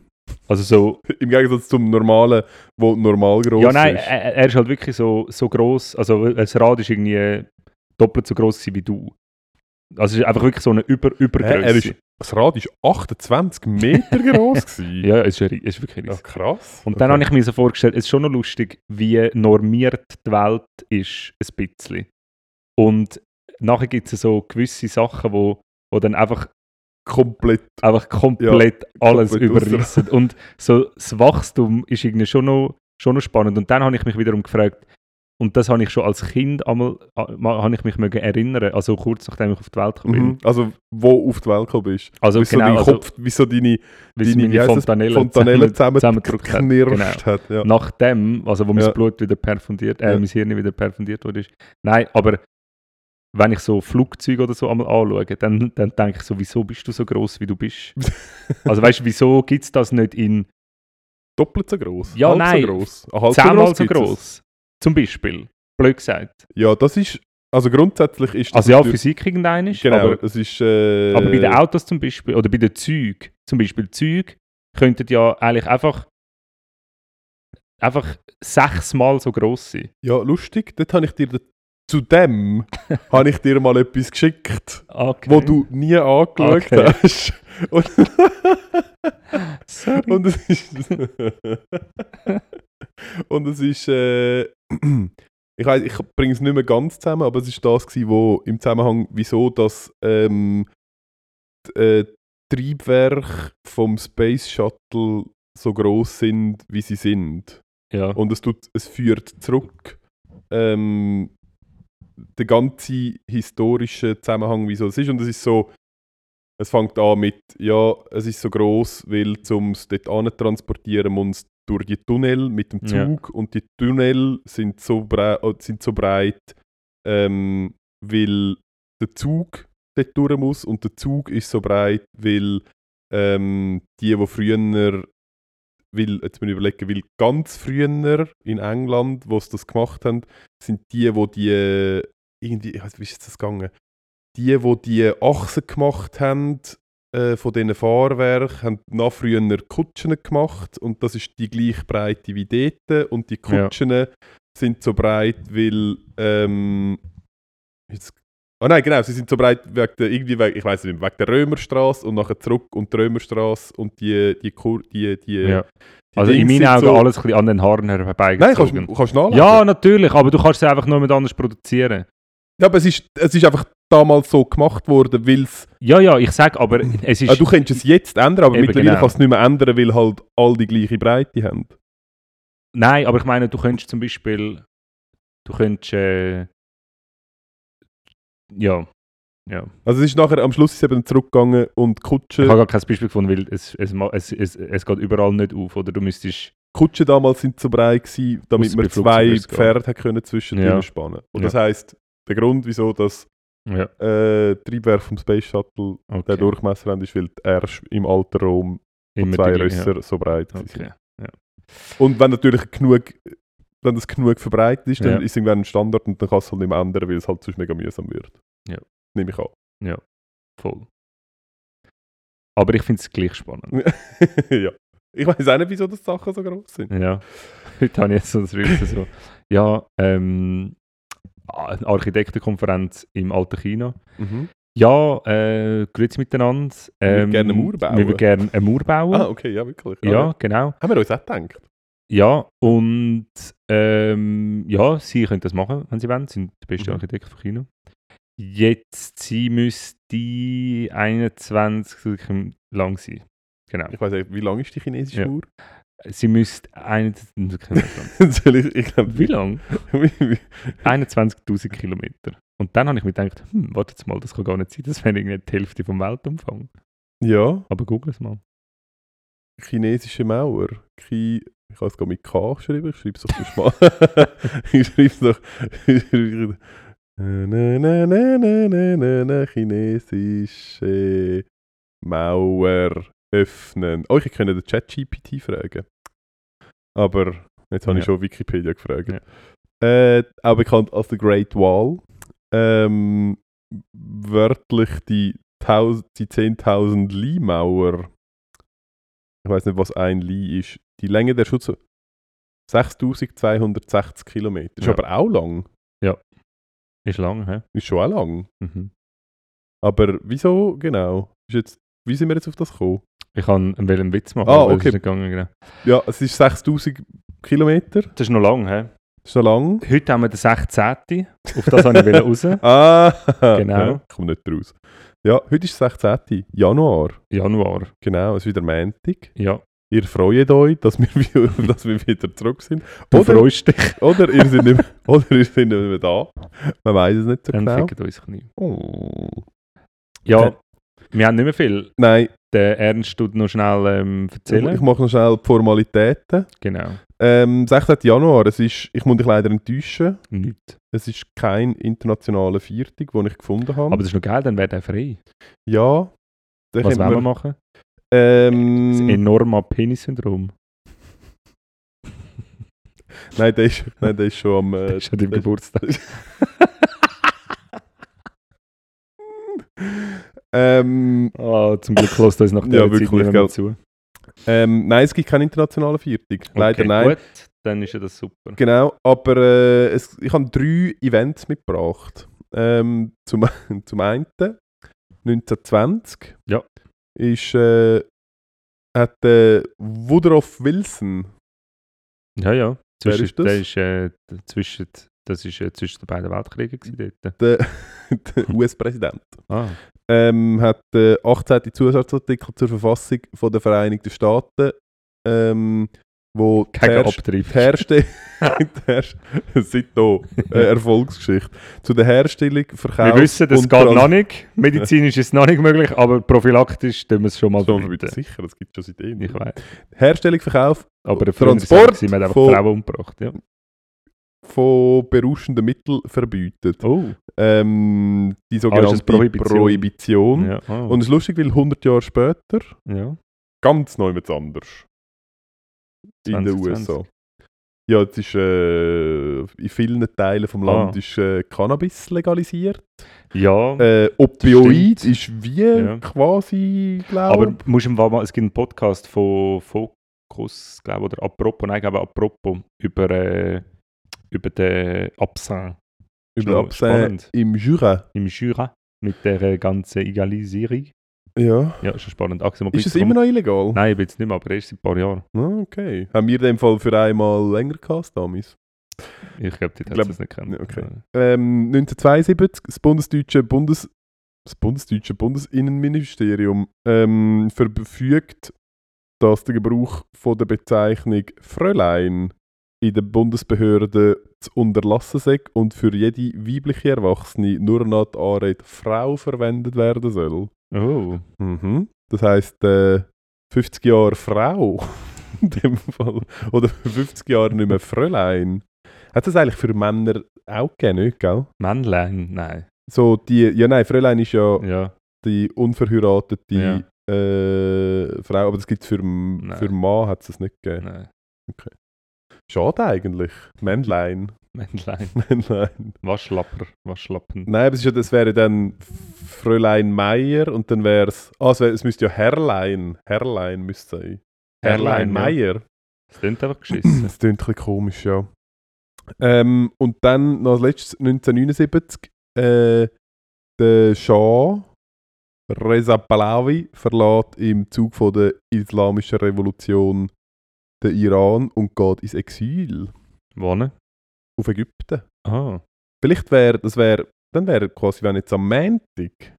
Speaker 1: Also so,
Speaker 2: Im Gegensatz zum normalen, wo normal groß
Speaker 1: ja nein,
Speaker 2: ist.
Speaker 1: er, er ist halt wirklich so, so gross, also das Rad ist irgendwie doppelt so gross gewesen wie du. Also es ist einfach wirklich so eine Über
Speaker 2: Hä, er
Speaker 1: Übergröße.
Speaker 2: ist, das Rad ist 28 Meter groß *laughs* gewesen.
Speaker 1: ja, es ist, ri- es ist wirklich riesig.
Speaker 2: krass.
Speaker 1: Und dann habe ich mir so vorgestellt, es ist schon noch lustig, wie normiert die Welt ist, ein bisschen. Und nachher gibt es so gewisse Sachen, wo, wo dann einfach,
Speaker 2: komplett.
Speaker 1: einfach komplett alles
Speaker 2: komplett
Speaker 1: überrissen. Und so das Wachstum ist irgendwie schon noch, schon noch spannend. Und dann habe ich mich wiederum gefragt, und das habe ich schon als Kind einmal, a- mal- habe ich mich mögen erinnern, also kurz nachdem ich auf die Welt gekommen bin.
Speaker 2: Mhm. Also, wo du auf die Welt gekommen bist.
Speaker 1: Also
Speaker 2: Wie so
Speaker 1: genau,
Speaker 2: dein
Speaker 1: also,
Speaker 2: Kopf, wie so deine,
Speaker 1: wie es
Speaker 2: deine
Speaker 1: meine
Speaker 2: wie heisst das?
Speaker 1: Fontanelle,
Speaker 2: Fontanelle
Speaker 1: *laughs*
Speaker 2: zusammen,
Speaker 1: zusammengedrückt hat. Genau.
Speaker 2: geknirscht hat. Ja.
Speaker 1: nachdem, also wo mein
Speaker 2: Ja.
Speaker 1: Blut wieder perfundiert, äh,
Speaker 2: Ja.
Speaker 1: mein Hirn wieder perfundiert wurde. ist. Nein, aber wenn ich so Flugzeuge oder so einmal anschaue, dann, dann denke ich so, wieso bist du so gross, wie du
Speaker 2: *laughs*
Speaker 1: bist? also weißt du, wieso gibt es das nicht in
Speaker 2: Doppelt so groß.
Speaker 1: Ja,
Speaker 2: halb
Speaker 1: nein.
Speaker 2: So groß. Ah, Halb
Speaker 1: zehnmal so
Speaker 2: gibt's es.
Speaker 1: gross? Zum Beispiel. Blöd gesagt.
Speaker 2: Ja, das ist. Also grundsätzlich ist das.
Speaker 1: Also ja,
Speaker 2: natürlich-
Speaker 1: Physik irgendein ist,
Speaker 2: Genau,
Speaker 1: aber,
Speaker 2: das ist. Äh,
Speaker 1: aber bei den Autos zum Beispiel, oder bei den Zügen, zum Beispiel Züge, könnten ja eigentlich einfach einfach sechsmal so gross sein.
Speaker 2: Ja, lustig, dort habe ich dir. de- Zu dem
Speaker 1: *laughs*
Speaker 2: habe ich dir mal etwas geschickt,
Speaker 1: Okay.
Speaker 2: wo du nie angeschaut
Speaker 1: Okay.
Speaker 2: hast. Und,
Speaker 1: Sorry.
Speaker 2: und es ist. *laughs* und es ist. Äh, *clears throat* ich weiß, ich bringe es nicht mehr ganz zusammen, aber es ist das, gewesen, wo im Zusammenhang, wieso das ähm, d- äh, Triebwerk vom Space Shuttle so groß sind, wie sie sind.
Speaker 1: ja.
Speaker 2: Und es, tut, es führt zurück ähm, den ganzen historischen Zusammenhang, wieso es ist. Und es ist so, es fängt an mit, ja, es ist so groß, weil um es dort hin zu transportieren, muss es durch die Tunnel mit dem
Speaker 1: Ja.
Speaker 2: Zug. Und die Tunnel sind so, brei äh, sind so breit, ähm, weil der Zug dort durch muss. Und der Zug ist so breit, weil ähm, die, die früher weil, jetzt muss ich überlegen, weil ganz früher in England, wo sie das gemacht haben, sind die, wo die irgendwie, ich weiß, wie ist das gegangen? Die, wo die Achsen gemacht haben äh, von diesen Fahrwerken, haben noch früher Kutschen gemacht und das ist die gleiche Breite wie dort und die
Speaker 1: Ja.
Speaker 2: Kutschen sind so breit, weil ähm, jetzt Ah nein, genau, sie sind so breit wegen der, irgendwie wegen, ich weiß nicht, wegen der Römerstraße und nachher zurück und die Römerstraße und die die Kur, die die
Speaker 1: Ja.
Speaker 2: die
Speaker 1: Also in
Speaker 2: Dings
Speaker 1: meinen Augen
Speaker 2: sind so-
Speaker 1: alles ein bisschen an den Haaren
Speaker 2: Nein, kannst,
Speaker 1: herbeigezogen.
Speaker 2: kannst du nachlesen.
Speaker 1: ja, natürlich, aber du kannst es einfach nur mit anders produzieren.
Speaker 2: ja, aber es ist, es ist einfach damals so gemacht worden, weil es.
Speaker 1: Ja, ja, ich sage, aber es ist.
Speaker 2: Äh, du könntest es jetzt ändern, aber
Speaker 1: Eben,
Speaker 2: mittlerweile
Speaker 1: genau.
Speaker 2: kannst du es nicht mehr ändern, weil halt all die gleiche Breite haben.
Speaker 1: nein, aber ich meine, du könntest zum Beispiel. Du könntest. Äh, ja.
Speaker 2: Also es ist nachher am Schluss ist es eben zurückgegangen und die
Speaker 1: Ich
Speaker 2: Kutsche,
Speaker 1: habe gar kein Beispiel gefunden, weil es, es, ma- es, es, es geht überall nicht auf. Oder du müsstest.
Speaker 2: Kutsche damals sind so breit gewesen, damit
Speaker 1: Ausser
Speaker 2: man
Speaker 1: bei
Speaker 2: zwei
Speaker 1: Flugzeugen
Speaker 2: Pferde haben können zwischen
Speaker 1: Ja.
Speaker 2: spannen.
Speaker 1: Ja.
Speaker 2: Und das heisst, der Grund, wieso das
Speaker 1: Ja,
Speaker 2: äh, Triebwerk vom Space Shuttle
Speaker 1: okay.
Speaker 2: der Durchmesser haben, ist, weil die erst im alten Rom von zwei
Speaker 1: die gleiche-
Speaker 2: Rösser so breit
Speaker 1: ja.
Speaker 2: sind.
Speaker 1: Okay.
Speaker 2: Und wenn natürlich genug, wenn das genug verbreitet ist, dann
Speaker 1: Ja.
Speaker 2: ist es irgendwann ein Standard und dann kannst du es halt nicht mehr ändern, weil es halt sonst mega mühsam wird.
Speaker 1: Ja.
Speaker 2: Nehme ich an. *laughs*
Speaker 1: Voll. Aber ich finde es gleich spannend.
Speaker 2: ja. Ich weiß auch nicht, wieso das Sachen so groß sind.
Speaker 1: Ja. *laughs* Heute habe ich jetzt so ein Reel gesehen, so.
Speaker 2: *laughs*
Speaker 1: Ja, ähm, eine Architektenkonferenz im alten China.
Speaker 2: Mhm.
Speaker 1: Ja, äh, grüezi miteinander.
Speaker 2: Wir
Speaker 1: Ähm,
Speaker 2: würden gerne einen Mauer bauen.
Speaker 1: Wir würden gerne einen Mauer bauen.
Speaker 2: Ah, okay, ja, wirklich.
Speaker 1: Ja, genau.
Speaker 2: Haben wir uns auch gedacht.
Speaker 1: Ja, und ähm, ja, sie können das machen, wenn sie wollen. Sie sind die beste
Speaker 2: Mhm.
Speaker 1: Architekten von China. Jetzt, sie müsste 21 Sekunden lang sein. Genau.
Speaker 2: Ich weiß nicht, wie lang ist die chinesische
Speaker 1: Ja.
Speaker 2: Mauer?
Speaker 1: Sie müsste 21
Speaker 2: *laughs* Soll ich, ich glaube,
Speaker 1: Wie lang?
Speaker 2: wie- wie-
Speaker 1: 21.000 Kilometer. Und dann habe ich mir gedacht, hm, warte jetzt mal, das kann gar nicht sein, das wäre irgendwie die Hälfte vom Weltumfang.
Speaker 2: *laughs* Ja,
Speaker 1: Aber google es mal.
Speaker 2: chinesische Mauer. Chi ich habe es gar mit K geschrieben, ich schreibe es doch sonst mal. *laughs* ich schreibe es doch. *laughs* ich schreibe- Na, na, na, na, na, na, na, Chinesische Mauer öffnen. Oh, ich könnte den ChatGPT fragen. Aber jetzt habe
Speaker 1: Ja.
Speaker 2: ich schon Wikipedia gefragt.
Speaker 1: Ja.
Speaker 2: Äh, auch bekannt als The Great Wall. Ähm, wörtlich die, 1000 die 10.000 Li-Mauer. Ich weiß nicht, was ein Li ist. Die Länge der Schutz 6260 Kilometer. Ist
Speaker 1: Ja.
Speaker 2: aber auch lang.
Speaker 1: Ist lang, hä?
Speaker 2: Ist schon auch lang.
Speaker 1: Mhm.
Speaker 2: Aber wieso genau? Ist jetzt, wie sind wir jetzt auf das gekommen?
Speaker 1: Ich kann einen Witz machen,
Speaker 2: Ah,
Speaker 1: aber es
Speaker 2: okay.
Speaker 1: ist nicht gegangen, genau.
Speaker 2: Ja, es ist 6000 Kilometer.
Speaker 1: Das ist noch lang, hä?
Speaker 2: Ist
Speaker 1: *laughs*
Speaker 2: noch lang.
Speaker 1: Heute haben wir den 16. Auf das wollte ich
Speaker 2: *laughs*
Speaker 1: raus.
Speaker 2: Ah,
Speaker 1: Genau.
Speaker 2: Ja, ich komme nicht raus. Ja, heute ist 16. Januar.
Speaker 1: Januar.
Speaker 2: Genau, es ist wieder Montag.
Speaker 1: Ja.
Speaker 2: Ihr freut euch, dass wir, *laughs* wieder- dass wir wieder zurück sind.
Speaker 1: Du
Speaker 2: Oder-
Speaker 1: freust dich.
Speaker 2: Oder ihr seid nicht mehr, *laughs* oder ihr seid nicht mehr da. Man weiß es nicht so
Speaker 1: Dann
Speaker 2: genau.
Speaker 1: ficken uns Knie.
Speaker 2: Oh.
Speaker 1: Ja,
Speaker 2: Okay.
Speaker 1: wir haben nicht mehr viel.
Speaker 2: Nein,
Speaker 1: Der Ernst tut noch schnell ähm, erzählen.
Speaker 2: ich mache noch schnell die Formalitäten.
Speaker 1: genau.
Speaker 2: Ähm, 16. Januar, es ist, ich muss dich leider enttäuschen.
Speaker 1: Nicht.
Speaker 2: Es ist kein internationaler Viertag, den ich gefunden habe.
Speaker 1: Aber das ist noch geil, dann wäre der frei.
Speaker 2: ja, da
Speaker 1: Was
Speaker 2: könnte
Speaker 1: wollen wir
Speaker 2: man-
Speaker 1: machen? Das
Speaker 2: Ähm,
Speaker 1: enorme Penis-Syndrom.
Speaker 2: nein, der ist, nein, der ist schon am. Äh, *laughs*
Speaker 1: Das ist an deinem
Speaker 2: das-
Speaker 1: Geburtstag.
Speaker 2: ähm,
Speaker 1: *laughs* Ah, zum Glück lässt uns nach der
Speaker 2: Ja,
Speaker 1: Zeit
Speaker 2: wirklich,
Speaker 1: niemand
Speaker 2: gell.
Speaker 1: zu.
Speaker 2: ähm, nein, es gibt keinen internationalen Viertag. Leider
Speaker 1: Okay,
Speaker 2: nein.
Speaker 1: Gut, dann ist ja das super.
Speaker 2: Genau, aber äh, es, ich habe drei Events mitgebracht. Ähm, zum, *laughs* zum einen 1920
Speaker 1: Ja.
Speaker 2: ist, äh, hat äh, Woodrow Wilson, *laughs*
Speaker 1: Ja, ja.
Speaker 2: Wer
Speaker 1: Zwischen,
Speaker 2: ist das?
Speaker 1: der ist, äh, d- zwischen, das ist äh, zwischen den beiden Weltkriegen gewesen dort.
Speaker 2: der,
Speaker 1: *laughs*
Speaker 2: der US-Präsident,
Speaker 1: Ah,
Speaker 2: ähm, hat den 18. Zusatzartikel zur Verfassung von der Vereinigten Staaten, ähm, wo die
Speaker 1: gegen
Speaker 2: Herrsch- die
Speaker 1: Abtrieb. *laughs*
Speaker 2: Herstellung, *laughs* die Herrsch- seit hier, äh, Erfolgsgeschichte, zu der Herstellung, Verkauf
Speaker 1: Wir wissen, das
Speaker 2: und
Speaker 1: geht
Speaker 2: Trans-
Speaker 1: noch nicht. Medizinisch ist es noch nicht möglich, aber prophylaktisch tun wir es schon mal
Speaker 2: Schon
Speaker 1: verbieten.
Speaker 2: wieder sicher, das gibt es schon seitdem.
Speaker 1: Ich weiß.
Speaker 2: Herstellung, Verkauf
Speaker 1: Aber
Speaker 2: Transport
Speaker 1: Sie haben einfach
Speaker 2: von-
Speaker 1: Frauen umgebracht. Ja.
Speaker 2: von berauschenden Mitteln verbietet.
Speaker 1: Oh.
Speaker 2: Ähm,
Speaker 1: Ah,
Speaker 2: die
Speaker 1: ist
Speaker 2: sogenannte
Speaker 1: das Prohibition?
Speaker 2: Prohibition.
Speaker 1: Ja. ah,
Speaker 2: Und es ist lustig, weil 100 Jahre später
Speaker 1: ja.
Speaker 2: ganz neu mit anders. In den
Speaker 1: 2020.
Speaker 2: USA. Ja, jetzt ist äh, in vielen Teilen vom
Speaker 1: Ah.
Speaker 2: Land ist, äh, Cannabis legalisiert.
Speaker 1: ja.
Speaker 2: Äh, Opioid
Speaker 1: stimmt.
Speaker 2: ist wie
Speaker 1: Ja.
Speaker 2: quasi,
Speaker 1: Aber genau,
Speaker 2: glaube
Speaker 1: musst im Fall mal, es gibt einen Podcast von Fokus, glaube oder apropos, nein, ich glaube apropos, über, äh, über den Absin
Speaker 2: ich,
Speaker 1: schon
Speaker 2: über Absehen
Speaker 1: spannend.
Speaker 2: im Jura.
Speaker 1: im Jura mit der äh, ganzen Egalisierung.
Speaker 2: Ja.
Speaker 1: Ja, schon spannend. Ach, sind wir
Speaker 2: Ist es
Speaker 1: bitte
Speaker 2: immer
Speaker 1: rum-
Speaker 2: noch illegal?
Speaker 1: Nein, ich bin jetzt nicht mehr, aber erst seit ein paar Jahren.
Speaker 2: Ah, Okay. Haben wir in dem Fall für einmal länger gehasst damals?
Speaker 1: Ich glaube, die
Speaker 2: glaub-
Speaker 1: hätten es nicht kennen.
Speaker 2: Ja, okay. Ähm, 1972, das bundesdeutsche, Bundes, das bundesdeutsche Bundesinnenministerium ähm, verfügt, dass der Gebrauch von der Bezeichnung Fräulein in den Bundesbehörden zu unterlassen sei und für jede weibliche Erwachsene nur noch die Anrede Frau verwendet werden soll.
Speaker 1: Oh,
Speaker 2: Mhm. Das heisst, äh, 50 Jahre Frau *laughs* in dem Fall. Oder 50 Jahre nicht mehr Fräulein. Hat das eigentlich für Männer auch gegeben, nicht, gell?
Speaker 1: Männlein? Nein.
Speaker 2: So die, ja nein, Fräulein ist ja
Speaker 1: Ja.
Speaker 2: die unverheiratete äh, Frau, aber das gibt es für, M-
Speaker 1: Nein.
Speaker 2: für Mann hat es das nicht gegeben.
Speaker 1: Nein.
Speaker 2: Schade eigentlich. Männlein. *laughs*
Speaker 1: Männlein.
Speaker 2: Männlein.
Speaker 1: Waschlapper. Waschlappen.
Speaker 2: Nein, aber es, ist ja, das wäre dann Fräulein Meier und dann wäre es, ah, es, wär, es müsste ja Herrlein, Herrlein müsste sein. Herrlein
Speaker 1: ja.
Speaker 2: Meier.
Speaker 1: Das klingt einfach geschissen.
Speaker 2: Das klingt ein bisschen komisch, ja. Ähm, und dann noch als letztes 1979 äh, der Schah Reza Pahlavi verlässt im Zug von der Islamischen Revolution den Iran und geht ins Exil
Speaker 1: Wohnen?
Speaker 2: auf Ägypten.
Speaker 1: Ah.
Speaker 2: Vielleicht wäre das wäre dann wäre quasi wenn jetzt am Montag,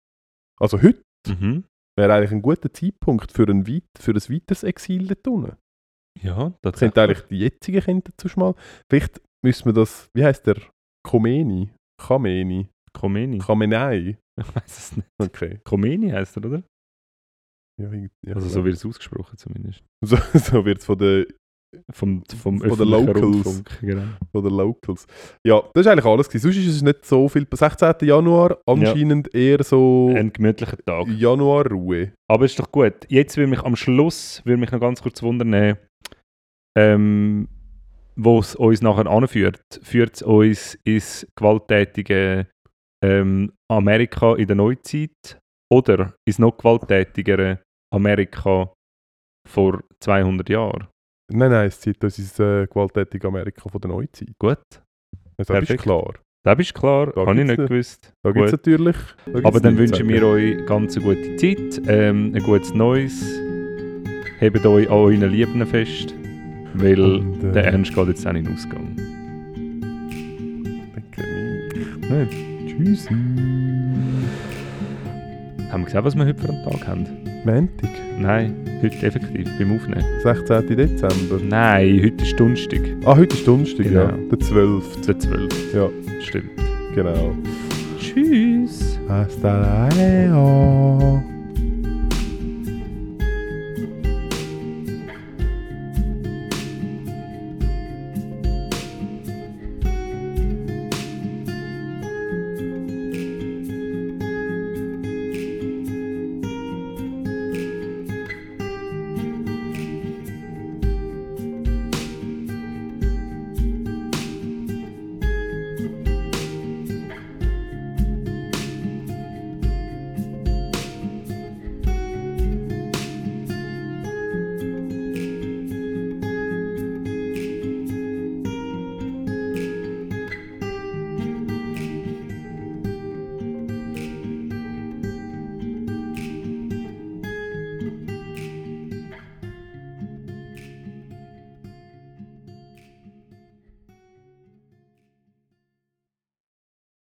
Speaker 2: also heute
Speaker 1: Mhm.
Speaker 2: wäre eigentlich ein guter Zeitpunkt für ein, weit, für ein weiteres Exil dort unten.
Speaker 1: Ja,
Speaker 2: Das
Speaker 1: das
Speaker 2: sind eigentlich die jetzigen Kinder zu schmal. Vielleicht müssen wir das, wie heißt der? Komeni? Kameni?
Speaker 1: Khomeini?
Speaker 2: Khamenei.
Speaker 1: Ich weiß es nicht.
Speaker 2: Okay.
Speaker 1: Khomeini heißt er, oder?
Speaker 2: Ja, irgend- ja,
Speaker 1: Also so wird es ausgesprochen zumindest.
Speaker 2: *laughs* so, so wird es von den
Speaker 1: Vom, vom
Speaker 2: Von den
Speaker 1: öffentlichen
Speaker 2: Locals.
Speaker 1: Rundfunk, genau.
Speaker 2: von den Locals. Ja, das ist eigentlich alles. Gewesen. Sonst ist es nicht so viel. 16. Januar anscheinend eher so
Speaker 1: Ein gemütlicher Tag.
Speaker 2: Januarruhe.
Speaker 1: Aber ist doch gut. Jetzt würde mich am Schluss würde mich noch ganz kurz wundern, ähm, wo es uns nachher anführt. Führt es uns ins gewalttätige ähm, Amerika in der Neuzeit oder ins noch gewalttätigere Amerika vor 200 Jahren?
Speaker 2: Nein, nein, es zieht uns ins äh, gewalttätige Amerika von der Neuzeit.
Speaker 1: Gut.
Speaker 2: Also, das ist
Speaker 1: Perfekt.
Speaker 2: klar.
Speaker 1: Das ist klar,
Speaker 2: Da
Speaker 1: habe ich
Speaker 2: gibt's
Speaker 1: nicht
Speaker 2: ne-
Speaker 1: gewusst.
Speaker 2: Da
Speaker 1: Gut.
Speaker 2: gibt es natürlich. da gibt's
Speaker 1: Aber dann
Speaker 2: nichts
Speaker 1: wünschen
Speaker 2: zu
Speaker 1: wir
Speaker 2: sagen.
Speaker 1: euch ganz eine gute Zeit, ähm, ein gutes Neues. Hebt euch an euren Lieben fest, weil
Speaker 2: Und, äh,
Speaker 1: der Ernst geht jetzt auch nicht in den Ausgang.
Speaker 2: danke mich. Tschüss.
Speaker 1: Haben wir gesehen, was wir heute für einen Tag haben?
Speaker 2: Montag,
Speaker 1: Nein, heute effektiv, beim Aufnehmen.
Speaker 2: 16. Dezember.
Speaker 1: Nein, heute ist Donnerstag,
Speaker 2: Ah, heute ist Donnerstag, ja.
Speaker 1: Genau.
Speaker 2: Der 12.
Speaker 1: der 12.
Speaker 2: Ja.
Speaker 1: Stimmt.
Speaker 2: Genau.
Speaker 1: Tschüss.
Speaker 2: Hasta luego.